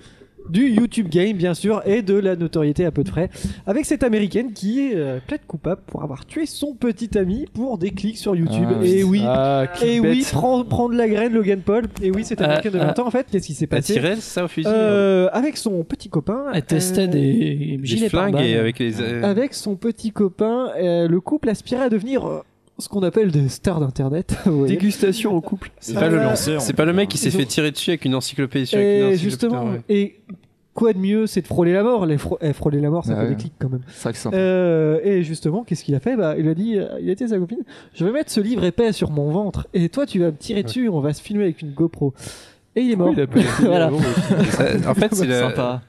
Du YouTube Game, bien sûr, et de la notoriété à peu de frais, avec cette américaine qui est euh, plaide coupable pour avoir tué son petit ami pour des clics sur YouTube. Ah, et oui, Ah, et clickbait. oui, prendre de la graine, Logan Paul. Et oui, cette américaine de 20 ans, en fait, qu'est-ce qui s'est T'as passé tiré hein. ça au fusil Euh, Avec son petit copain. Elle testait euh, des J'ai gilets flingue pare-balles. et avec les. euh, avec son petit copain, euh, le couple aspirait à devenir euh, ce qu'on appelle des stars d'internet. vous voyez. Dégustation en couple. C'est pas le lanceur. C'est pas le mec qui s'est Ils ont- fait tirer dessus avec une encyclopédie. sur- avec une Et encyclopédie, justement, ouais. et quoi de mieux, c'est de frôler la mort. Les fro- eh, frôler la mort, ça Ah fait ouais. des clics quand même. C'est vrai que c'est un- Euh, et justement, qu'est-ce qu'il a fait bah, Il a dit, euh, il a dit à sa copine, je vais mettre ce livre épais sur mon ventre, et toi tu vas me tirer dessus, on va se filmer avec une GoPro. Et il est mort. Il a pas hein, essayé Voilà. avant, mais- Ça- en fait, c'est le- Sympa.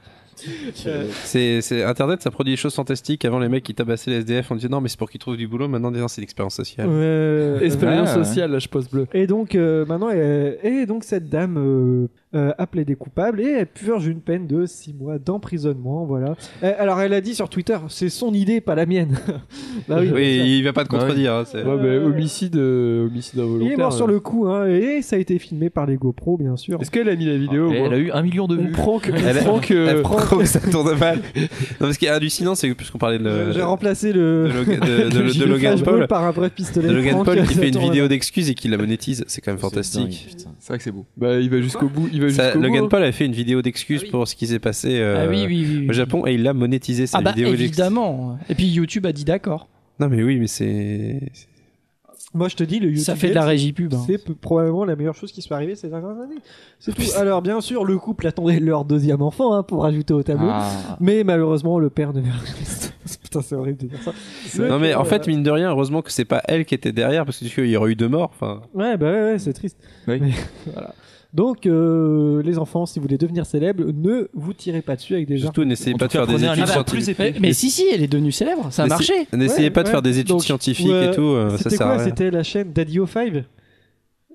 c'est- c'est- Internet, ça produit des choses fantastiques. Avant, les mecs qui tabassaient les SDF, on disait non, mais c'est pour qu'ils trouvent du boulot. Maintenant, on dit, non, c'est l'expérience sociale. Euh, Expérience Ouais, ouais. sociale, là, je pose bleu. Et donc euh, maintenant, elle- et donc cette dame euh, euh, a plaidé coupable et elle purge une peine de 6 mois d'emprisonnement. Voilà. Euh, alors elle a dit sur Twitter, c'est son idée, pas la mienne. bah oui. oui, ça- il va pas te Bah oui. contredire. hein, c'est- Ouais, mais homicide, euh, homicide Il involontaire. est mort sur euh. le coup hein, et ça a été filmé par les GoPro bien sûr. Est-ce qu'elle a mis la Oh, vidéo au Et moins elle a eu un million de On vues. prend que- Elle- Franck, elle euh, prend que Eh, ça tourne mal. Non, parce qu'il est hallucinant, c'est que puisqu'on parlait de, le- J'ai de, remplacé le, Logan- de- de- le de gilet Logan flashball Paul, par un vrai pistolet. de Logan Franck, Paul qui ça fait une tourne. vidéo d'excuses et qui la monétise, c'est quand même fantastique. C'est vrai que c'est beau. Bah, il va jusqu'au bout. Il va Ça, jusqu'au bout. Logan hein. Paul a fait une vidéo d'excuses Ah oui. pour ce qui s'est passé euh, Ah oui, oui, oui, oui. au Japon et il a monétisé sa Ah bah vidéo d'excuses. évidemment. Et puis YouTube a dit d'accord. Non mais oui, mais c'est Moi je te dis le YouTube Ça fait de la Game, régie pub. hein. C'est peu- probablement la meilleure chose qui soit arrivée ces dernières années. C'est tout. Alors bien sûr, le couple attendait leur deuxième enfant hein, pour ajouter au Ah. tableau. Mais malheureusement, le père ne Putain, c'est horrible de dire ça. Le Non mais père, euh, en fait mine de rien, heureusement que c'est pas elle qui était derrière parce que du coup il y aurait eu deux morts. Enfin, Ouais, bah ouais, ouais, c'est triste. Oui. Mais, voilà. Donc, euh, les enfants, si vous voulez devenir célèbres, ne vous tirez pas dessus avec des gens. surtout n'essayez pas de faire des un études livre scientifiques. plus Mais, épais. mais si, si, elle est devenue célèbre. Ah bah, Ça a Mais marché. N'essayez Ouais, pas de ouais. faire des études Donc, scientifiques ouais, et tout. euh, ça C'était sert à quoi rien. C'était la chaîne Daddy 5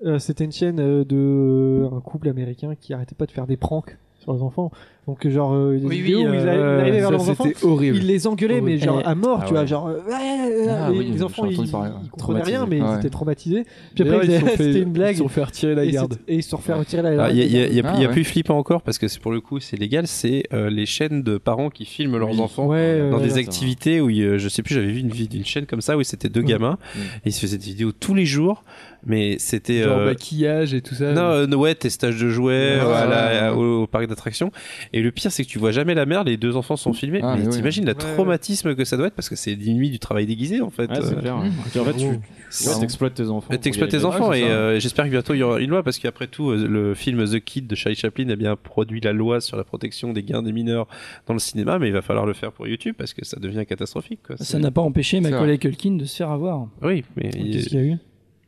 euh, C'était une chaîne euh, de un couple américain qui arrêtait pas de faire des pranks sur les enfants. Donc, genre, euh, des Oui, oui, vidéos où ils allaient- ils Euh, arrivaient vers ça, leurs enfants. C'était horrible. Ils les engueulaient, mais Horrible. genre Eh. à mort, Ah tu vois. ouais. Genre, euh, ouais, ouais, Ah ouais, oui, les, j'ai enfants, entendu ils, parler, ouais. ils comprenaient rien, mais Traumatisés. Ah ils ouais. étaient traumatisés. Puis D'ailleurs, après, ils ils se sont disaient, fait- c'était une blague. Ils se sont fait retirer la Et garde. c'est- Et ils se sont fait retirer la Alors, garde. Il y a, il y a- il y a- Ah, il y a ouais. plus flippant encore parce que c'est pour le coup c'est légal, c'est euh, les chaînes de parents qui filment leurs Oui. enfants Ouais, euh, dans ouais, des ouais. activités où il, euh, je sais plus, j'avais vu une vidéo d'une chaîne comme ça où c'était deux Mm. gamins Mm. et ils se faisaient des vidéos tous les jours, mais c'était Genre euh, maquillage et tout ça. non euh, ouais tes stages de jouets Ouais, euh, à ouais, la- ouais. au, au parc d'attractions et le pire c'est que tu vois jamais la mère, les deux enfants sont filmés, Ah, mais, mais oui. t'imagines le traumatisme que ça doit être parce que c'est nuit du travail déguisé en fait. Ouais, Euh, c'est clair. Mmh. Puis en fait, tu- c'est- tu ouais, t'exploites tes enfants. Ouais, T'exploites tes enfants et euh, j'espère que bientôt il y aura une loi parce qu'après tout, euh, le film The Kid de Charlie Chaplin a bien produit la loi sur la protection des gains des mineurs dans le cinéma, mais il va falloir le faire pour YouTube parce que ça devient catastrophique. Quoi. Ça n'a pas empêché C'est Macaulay Culkin de se faire avoir. Oui, mais il- Qu'est-ce qu'il y a eu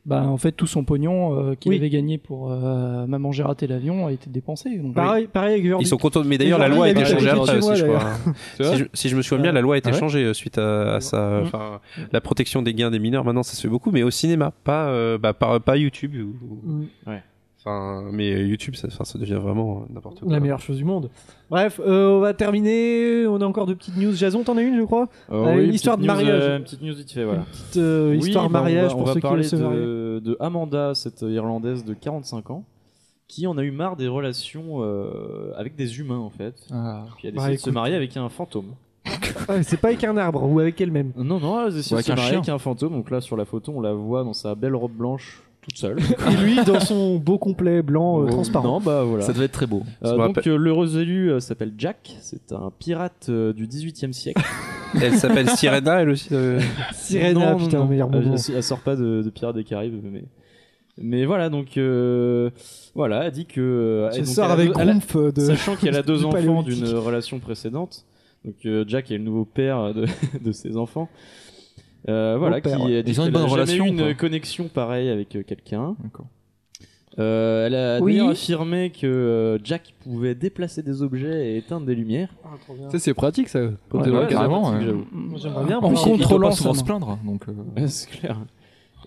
Bah en fait tout son pognon euh, qu'il Oui. avait gagné pour euh, Maman j'ai raté l'avion a été dépensé. Donc, Pareil, pareil avec Jordi. ils sont contents. Mais d'ailleurs, Et la Jordan, loi a il été habite changée à côté après de chez aussi, je moi, crois. Si je, si je me souviens bien, la loi a été changée euh, suite à, à sa. enfin, La protection des gains des mineurs, maintenant ça se fait beaucoup, mais au cinéma, pas, euh, bah, par- pas YouTube. ou- Mm. Enfin, mais euh, YouTube, ça, enfin, ça devient vraiment euh, n'importe quoi. La meilleure chose du monde. Bref, euh, on va terminer. On a encore deux petites news. Jason, t'en as une, je crois Euh, une histoire de mariage. Une petite news vite fait, voilà. Petite euh, Oui, histoire bah, on va- mariage on pour va ceux qui veulent parler se marier. de, de Amanda, cette Irlandaise de 45 ans, qui en a eu marre des relations euh, avec des humains en fait. Qui a décidé Bah, de se écoute. marier avec un fantôme. Ah, c'est pas avec un arbre ou avec elle-même. Non, ah, non, elle a décidé de Ou avec se un marier chien. avec un fantôme. Donc là, sur la photo, on la voit dans sa belle robe blanche, toute seule. Et lui, dans son beau complet blanc euh, Oh, transparent. Non, bah voilà. Ça devait être très beau. Euh, Ça me donc rappelle- euh, l'heureux élu euh, s'appelle Jack, c'est un pirate euh, du 18e siècle. Elle s'appelle Sirena, elle aussi. euh, Sirena, Non, non, putain, non. meilleur Euh, moment. Elle, elle sort pas de, de Pirates des Caraïbes, mais. Mais voilà, donc. euh, voilà, elle dit que. et Je donc, sors elle a avec deux- elle a- Grumpf euh, de. Sachant qu'elle a deux du enfants paléolithique. d'une relation précédente. Donc euh, Jack est le nouveau père de, de ses enfants. Euh, voilà, père, qui ouais. a dit Ils ont une qu'elle a bonne jamais relation, eu une quoi. connexion pareille avec euh, quelqu'un. D'accord. Euh, elle a Oui. d'ailleurs affirmé que euh, Jack pouvait déplacer des objets et éteindre des lumières. Ah, trop bien. Ça, c'est pratique, ça. Quand t'es dans Ouais, le ouais, car- carrément, c'est pratique, ouais. j'avoue. J'aimerais bien. En voir- On contrôlant souvent ça, se plaindre. Donc, euh, Ouais, c'est clair.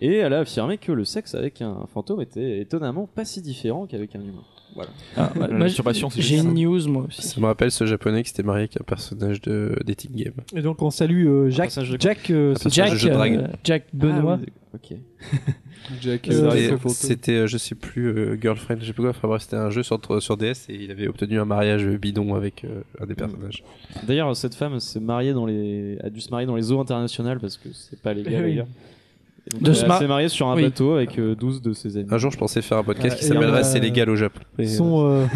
Et elle a affirmé que le sexe avec un fantôme était étonnamment pas si différent qu'avec un humain. Moi, J'ai une news, moi aussi. Ça me rappelle ce japonais qui s'était marié avec un personnage de dating game. Et donc on salue euh, Jacques, Ah, ça, je- Jack, euh, Ah, ça, Jack, je- je drague. euh, Jack Benoît. Ah oui, ok. Jack, Euh, euh, Et le fantôme. C'était, euh, je sais plus, euh, Girlfriend, je sais plus quoi. Enfin bref, c'était un jeu sur, sur DS et il avait obtenu un mariage bidon avec euh, un des personnages. D'ailleurs, cette femme s'est mariée dans les, a dû se marier dans les eaux internationales parce que c'est pas légal Oui. ailleurs. Et donc, De se elle mar- s'est mariée sur un Oui. bateau avec euh, 12 de ses amis. Un jour, je pensais faire un podcast Voilà, qui et on a- s'appellerait C'est légal au Japon. Et, euh, son, euh,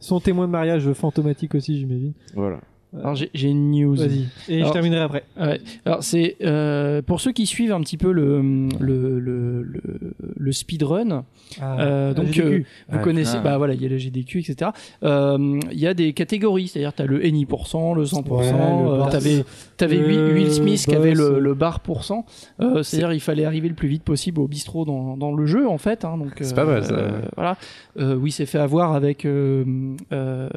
son témoin de mariage fantomatique aussi, j'imagine. Voilà. Alors j'ai j'ai une news. Vas-y. Et je Alors- terminerai après. Ouais. Alors c'est euh, pour ceux qui suivent un petit peu le le le, le, le speedrun. Euh, donc, j'ai vécu. Vous Ah, connaissez, putain. bah voilà, il y a la GDQ, etc. Euh, Il y a des catégories, c'est-à-dire t'as le NI%, le 100%, Ouais, le euh, boss. t'avais t'avais Le Will- Will Smith qui boss. avait le, le bar pourcent. Euh, c'est-à-dire il fallait arriver le plus vite possible au bistrot dans, dans le jeu en fait. hein, donc C'est euh, pas mal, ça. euh, voilà. Euh, oui, c'est fait avoir avec euh, euh,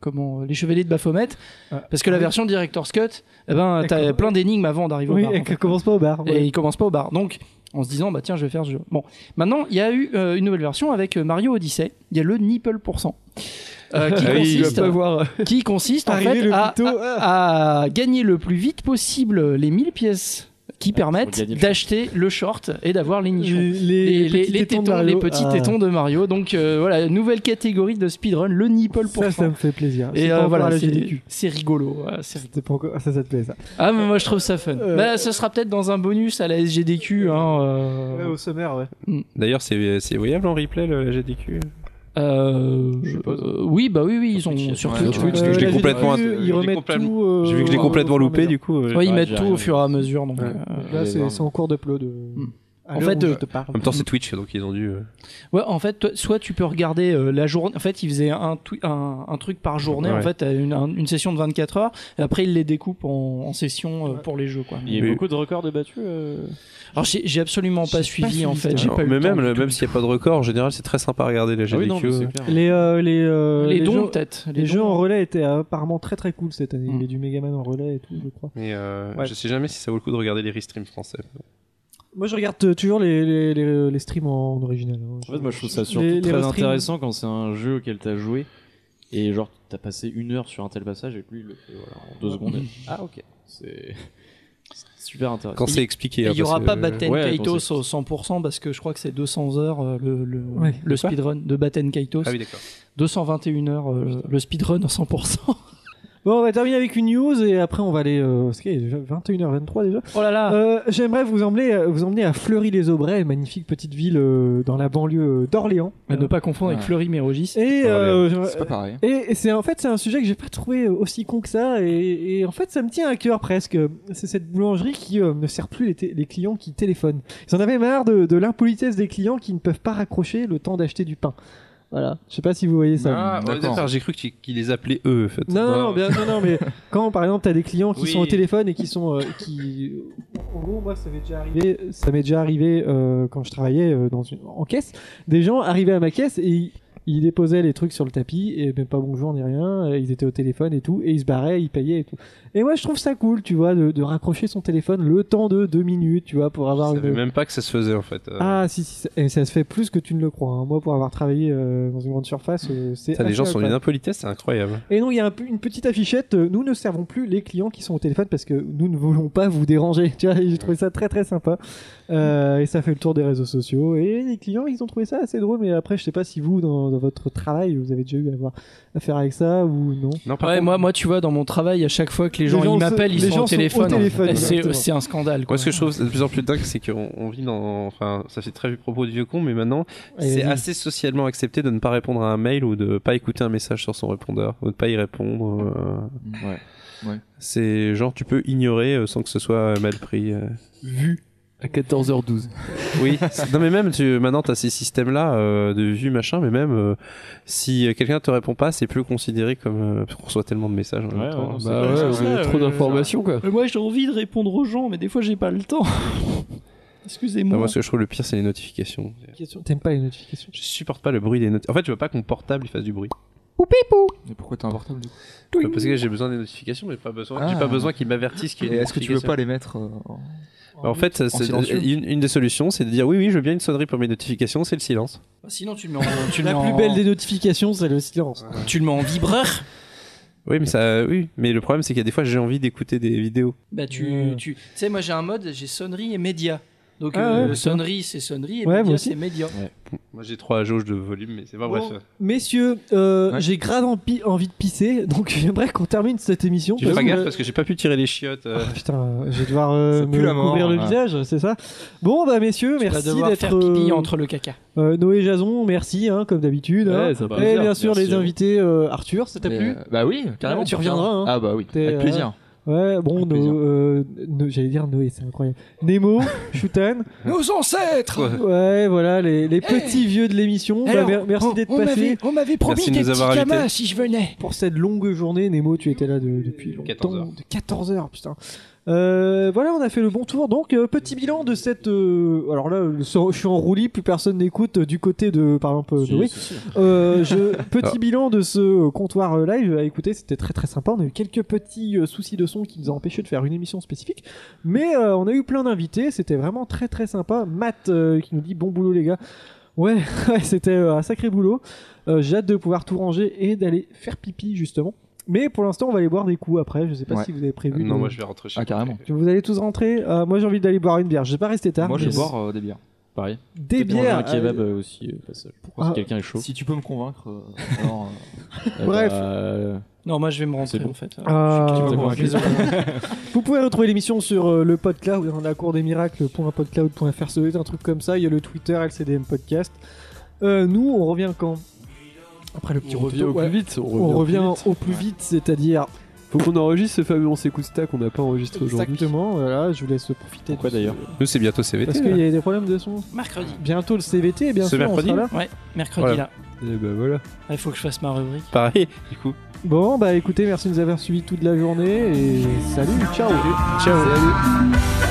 comment les Chevaliers de Baphomet, Ah. parce que la version director's cut, eh ben Et t'as comment- plein d'énigmes avant d'arriver Oui, au bar. et hein. en que fait. commence pas au bar. Et ouais. il commence pas au bar. Donc, en se disant, bah tiens, je vais faire ce jeu. Bon, maintenant, il y a eu euh, une nouvelle version avec euh, Mario Odyssey. Il y a le Nipple pourcent. euh, qui, Ah oui, il doit consiste, pas voir. qui consiste en euh, Arriver fait ah, le ah, à, plus tôt, à- à gagner le plus vite possible les 1000 pièces qui permettent gagner le- d'acheter le short et d'avoir les nichons. Les, les Et les, petits les tétons de tétons, les Mario. petits Ah, tétons de Mario. Donc euh, voilà, nouvelle catégorie de speedrun, le nipple Ça, ça pourcent. me fait plaisir. C'est Et pas euh, encore à voilà, la c'est- GDQ. c'est rigolo. ouais, c'est rigolo. C'était pas encore- Ça, ça te plaît, ça. Ah, mais moi je trouve ça fun. Euh, Bah, ça sera peut-être dans un bonus à la SGDQ. Hein, euh, au sommaire, ouais. D'ailleurs, c'est c'est voyable en replay le la GDQ. Euh, euh, oui, bah oui, oui, ils ont sur ouais, Twitch. sur Twitch, je l'ai la complètement- GDQ, je l'ai Ils remettent complètement- tout. euh, J'ai vu que je l'ai au- complètement au- loupé du coup. euh, Ouais, ils Ouais, mettent j'ai tout rien. au fur et à mesure. Donc, Ouais. euh, Là, c'est voir. c'est en cours d'upload. euh, Hmm. à En l'heure fait, où je euh, te parle. En même temps, c'est Twitch, donc ils ont dû. euh, ouais, en fait, toi- soit tu peux regarder euh, la journée. En fait, ils faisaient un, twi- un, un truc par journée. En Ouais. fait, à une, un- une session de 24 heures. Et après, ils les découpent en, en sessions euh, pour les jeux. Quoi. Il y a eu Oui. beaucoup de records de battus. euh, Alors, j'ai j'ai absolument J'ai pas pas suivi suivi, en fait. c'est J'ai non, pas eu mais le temps même, du le- tout. même s'il n'y a pas de record, en général, c'est très sympa à regarder la Ah oui, GDQ. non, mais c'est clair. Les, euh, les, euh, les, dons, jeux, peut-être. les jeux dons. en relais étaient apparemment très très cool cette année. Hmm. Il y a du Megaman en relais et tout, je crois. Mais euh, Ouais. je sais jamais si ça vaut le coup de regarder les restreams français. Moi, je regarde euh, toujours les, les, les, les streams en, en original. hein. En fait, moi, je trouve ça Les- surtout les très restreams. intéressant quand c'est un jeu auquel t'as joué et genre t'as passé une heure sur un tel passage et puis il le fait voilà, en deux secondes. et- Ah ok, c'est c'est super intéressant. Quand c'est expliqué. Et hein, il n'y parce aura que- pas Batten ouais, Kaitos attends, c'est- au 100% parce que je crois que c'est 200 heures euh, le, le, Ouais. le speedrun de Batten Kaitos. Ah oui, d'accord. 221 heures euh, le speedrun à 100%. Bon, on va terminer avec une news et après on va aller. Euh, parce qu'il est déjà 21h23 déjà. Oh là là Euh, J'aimerais vous emmener, euh, vous emmener à Fleury-les-Aubrais, magnifique petite ville euh, dans la banlieue euh, d'Orléans. À ne pas confondre avec Ouais. Fleury-Mérogis. Et euh, j'aimerais- C'est pas pareil. Et et c'est en fait c'est un sujet que j'ai pas trouvé euh, aussi con que ça et, et en fait ça me tient à cœur presque. C'est cette boulangerie qui euh, ne sert plus les, té- les clients qui téléphonent. Ils en avaient marre de, de l'impolitesse des clients qui ne peuvent pas raccrocher le temps d'acheter du pain. Voilà. Je sais pas si vous voyez ça. Ah, d'accord. D'accord, j'ai cru qu'ils qu'ils les appelaient eux, en fait. Non, non, non, bien- non, non, mais quand par exemple t'as des clients qui Oui. sont au téléphone et qui sont euh, qui en gros moi ça m'est déjà arrivé ça m'est déjà arrivé euh, quand je travaillais euh, dans une en caisse des gens arrivaient à ma caisse et ils, ils déposaient les trucs sur le tapis et même pas bonjour ni rien euh, ils étaient au téléphone et tout et ils se barraient ils payaient et tout et moi je trouve ça cool tu vois de, de raccrocher son téléphone le temps de deux minutes tu vois pour avoir Je savais une même pas que ça se faisait, en fait. Euh, ah si, si ça, et ça se fait plus que tu ne le crois hein. moi pour avoir travaillé euh, dans une grande surface euh, c'est putain, les assez gens sont incroyable. d'une impolitesse, ah, c'est incroyable. Et non, il y a un p- une petite affichette. euh, Nous ne servons plus les clients qui sont au téléphone parce que nous ne voulons pas vous déranger. Tu vois, j'ai trouvé ça très très sympa. Euh, et ça fait le tour des réseaux sociaux. Et les clients, ils ont trouvé ça assez drôle. Mais après, je sais pas si vous, dans, dans votre travail, vous avez déjà eu à avoir affaire avec ça ou non. Non, par Ouais, contre, moi, moi, tu vois, dans mon travail, à chaque fois que les Les gens, gens ils m'appellent, se- ils les sont gens au sont au téléphone. téléphone, Et c'est, exactement. c'est un scandale. Moi, Quoi. ce que je trouve de plus en plus dingue, c'est qu'on on vit dans. Enfin, ça fait très propos du vieux con, mais maintenant, Allez, c'est vas-y. assez socialement accepté de ne pas répondre à un mail ou de pas écouter un message sur son répondeur ou de pas y répondre. euh. Ouais. Ouais. C'est genre, tu peux ignorer euh, sans que ce soit euh, mal pris. euh. Vu à 14h12. Oui, non mais même tu, maintenant t'as ces systèmes là de vue machin, mais même euh, si euh, quelqu'un te répond pas, c'est plus considéré comme euh, parce qu'on reçoit tellement de messages. En même Ouais, temps. hein. ouais, non, c'est Bah vrai, ouais, c'est vous vrai. avez trop d'informations quoi. Euh, Moi, j'ai envie de répondre aux gens, mais des fois, j'ai pas le temps. Non, Excusez-moi. moi ce que je trouve le pire c'est les notifications. Question- T'aimes pas les notifications Je supporte pas le bruit des notifications. En fait, je veux pas que mon portable il fasse du bruit. Mais pourquoi t'es un portable du coup Bah, Parce que j'ai besoin des notifications, mais pas besoin. J'ai Ah. pas besoin qu'il m'avertisse qu'il y Et a des Est-ce que tu veux notifications. pas les mettre euh, en- En fait, ça, en c'est- silencieux. une, une des solutions, c'est de dire oui, oui, je veux bien une sonnerie pour mes notifications, c'est le silence. Bah, Sinon, tu le mets en, tu le La mets en- plus belle des notifications, c'est le silence. tu le mets en vibreur. Oui, mais ça, oui, mais le problème, c'est qu'il y a des fois, j'ai envie d'écouter des vidéos. Bah, tu, Ouais. tu... tu sais, moi j'ai un mode, j'ai sonnerie et média. Donc, Ah euh, ouais, sonnerie, c'est sonnerie et Ouais, moi média, aussi. c'est média. Moi, j'ai trois jauges de volume, mais c'est pas Bon, Messieurs, euh, j'ai grave enpi- envie de pisser, donc j'aimerais qu'on termine cette émission. Tu fais pas parce que- gaffe parce que j'ai pas pu tirer les chiottes. euh. Ah, putain, euh, je vais devoir euh, Ça pue me la mort, couvrir le ouais. visage, c'est ça. Bon, bah messieurs, Tu vas merci devoir d'être faire pipi euh, entre le caca. euh, Noé Jason, merci hein, comme d'habitude. hein. Ouais, ça va. Et plaisir, bien sûr merci. les invités, euh, Arthur, ça t'a Mais, plu euh, Bah oui, carrément. tu reviendras, hein. Ah bah oui, T'es, avec euh, plaisir. Ouais, bon, Avec nos- plaisir. euh, nos- j'allais dire Noé, c'est incroyable. Nemo, Shutan, Nos ancêtres ouais, voilà, les, les petits vieux de l'émission. Bah, mer- merci d'être passé On m'avait promis de des nous petits avoir invités. gamins si je venais. pour cette longue journée. Nemo, tu étais là de- depuis longtemps, 14 heures. de 14 heures, putain. Euh, voilà, on a fait le bon tour. Donc, euh, petit bilan de cette. euh, alors là, euh, je suis en roulis, plus personne n'écoute euh, du côté de, par exemple, euh, Noé. Euh, je- petit bilan de ce comptoir euh, live. à écouter c'était très très sympa. On a eu quelques petits euh, soucis de son qui nous ont empêché de faire une émission spécifique, mais euh, on a eu plein d'invités. C'était vraiment très très sympa. Matt euh, qui nous dit bon boulot les gars. Ouais, ouais, c'était euh, un sacré boulot. Euh, J'ai hâte de pouvoir tout ranger et d'aller faire pipi justement. Mais pour l'instant, on va aller boire des coups après. Je sais pas Ouais. si vous avez prévu. Non, de- moi, je vais rentrer chez Ah moi. carrément. Vous allez tous rentrer. Euh, moi, j'ai envie d'aller boire une bière. Je vais pas rester tard. Moi je mais vais boire euh, des bières. Pareil. des Peut-être manger bières. Un kebab euh, aussi, euh, pas seul. Pourquoi Ah. si quelqu'un est chaud Si tu peux me convaincre, euh, alors. euh, euh, Bref. bah, euh, Non, moi je vais me rentrer C'est bon. en fait. euh, euh, vas Ah, boire un désolé. Vous pouvez retrouver l'émission sur euh, le PodCloud, dans la cour des miracles.podcloud.fr, ça doit être un truc comme ça. Il y a le Twitter, LCDM Podcast. Euh, nous, on revient quand Après le petit On revient retour. au ouais. plus vite. On revient. On revient au plus vite. au plus vite, c'est-à-dire Faut qu'on enregistre ce fameux On s'écoute stack qu'on n'a pas enregistré aujourd'hui. exactement. Voilà, je vous laisse profiter. de Pourquoi ce- d'ailleurs Nous, c'est bientôt CVT. Parce qu'il y a des problèmes de son. Mercredi. Bientôt le CVT, et bien Ce sûr, mercredi on sera là. Ouais, mercredi Voilà. là. Et bah voilà. Il faut que je fasse ma rubrique. Pareil, du coup. Bon, bah écoutez, merci de nous avoir suivis toute la journée et salut, ciao. Ciao. Salut. Everybody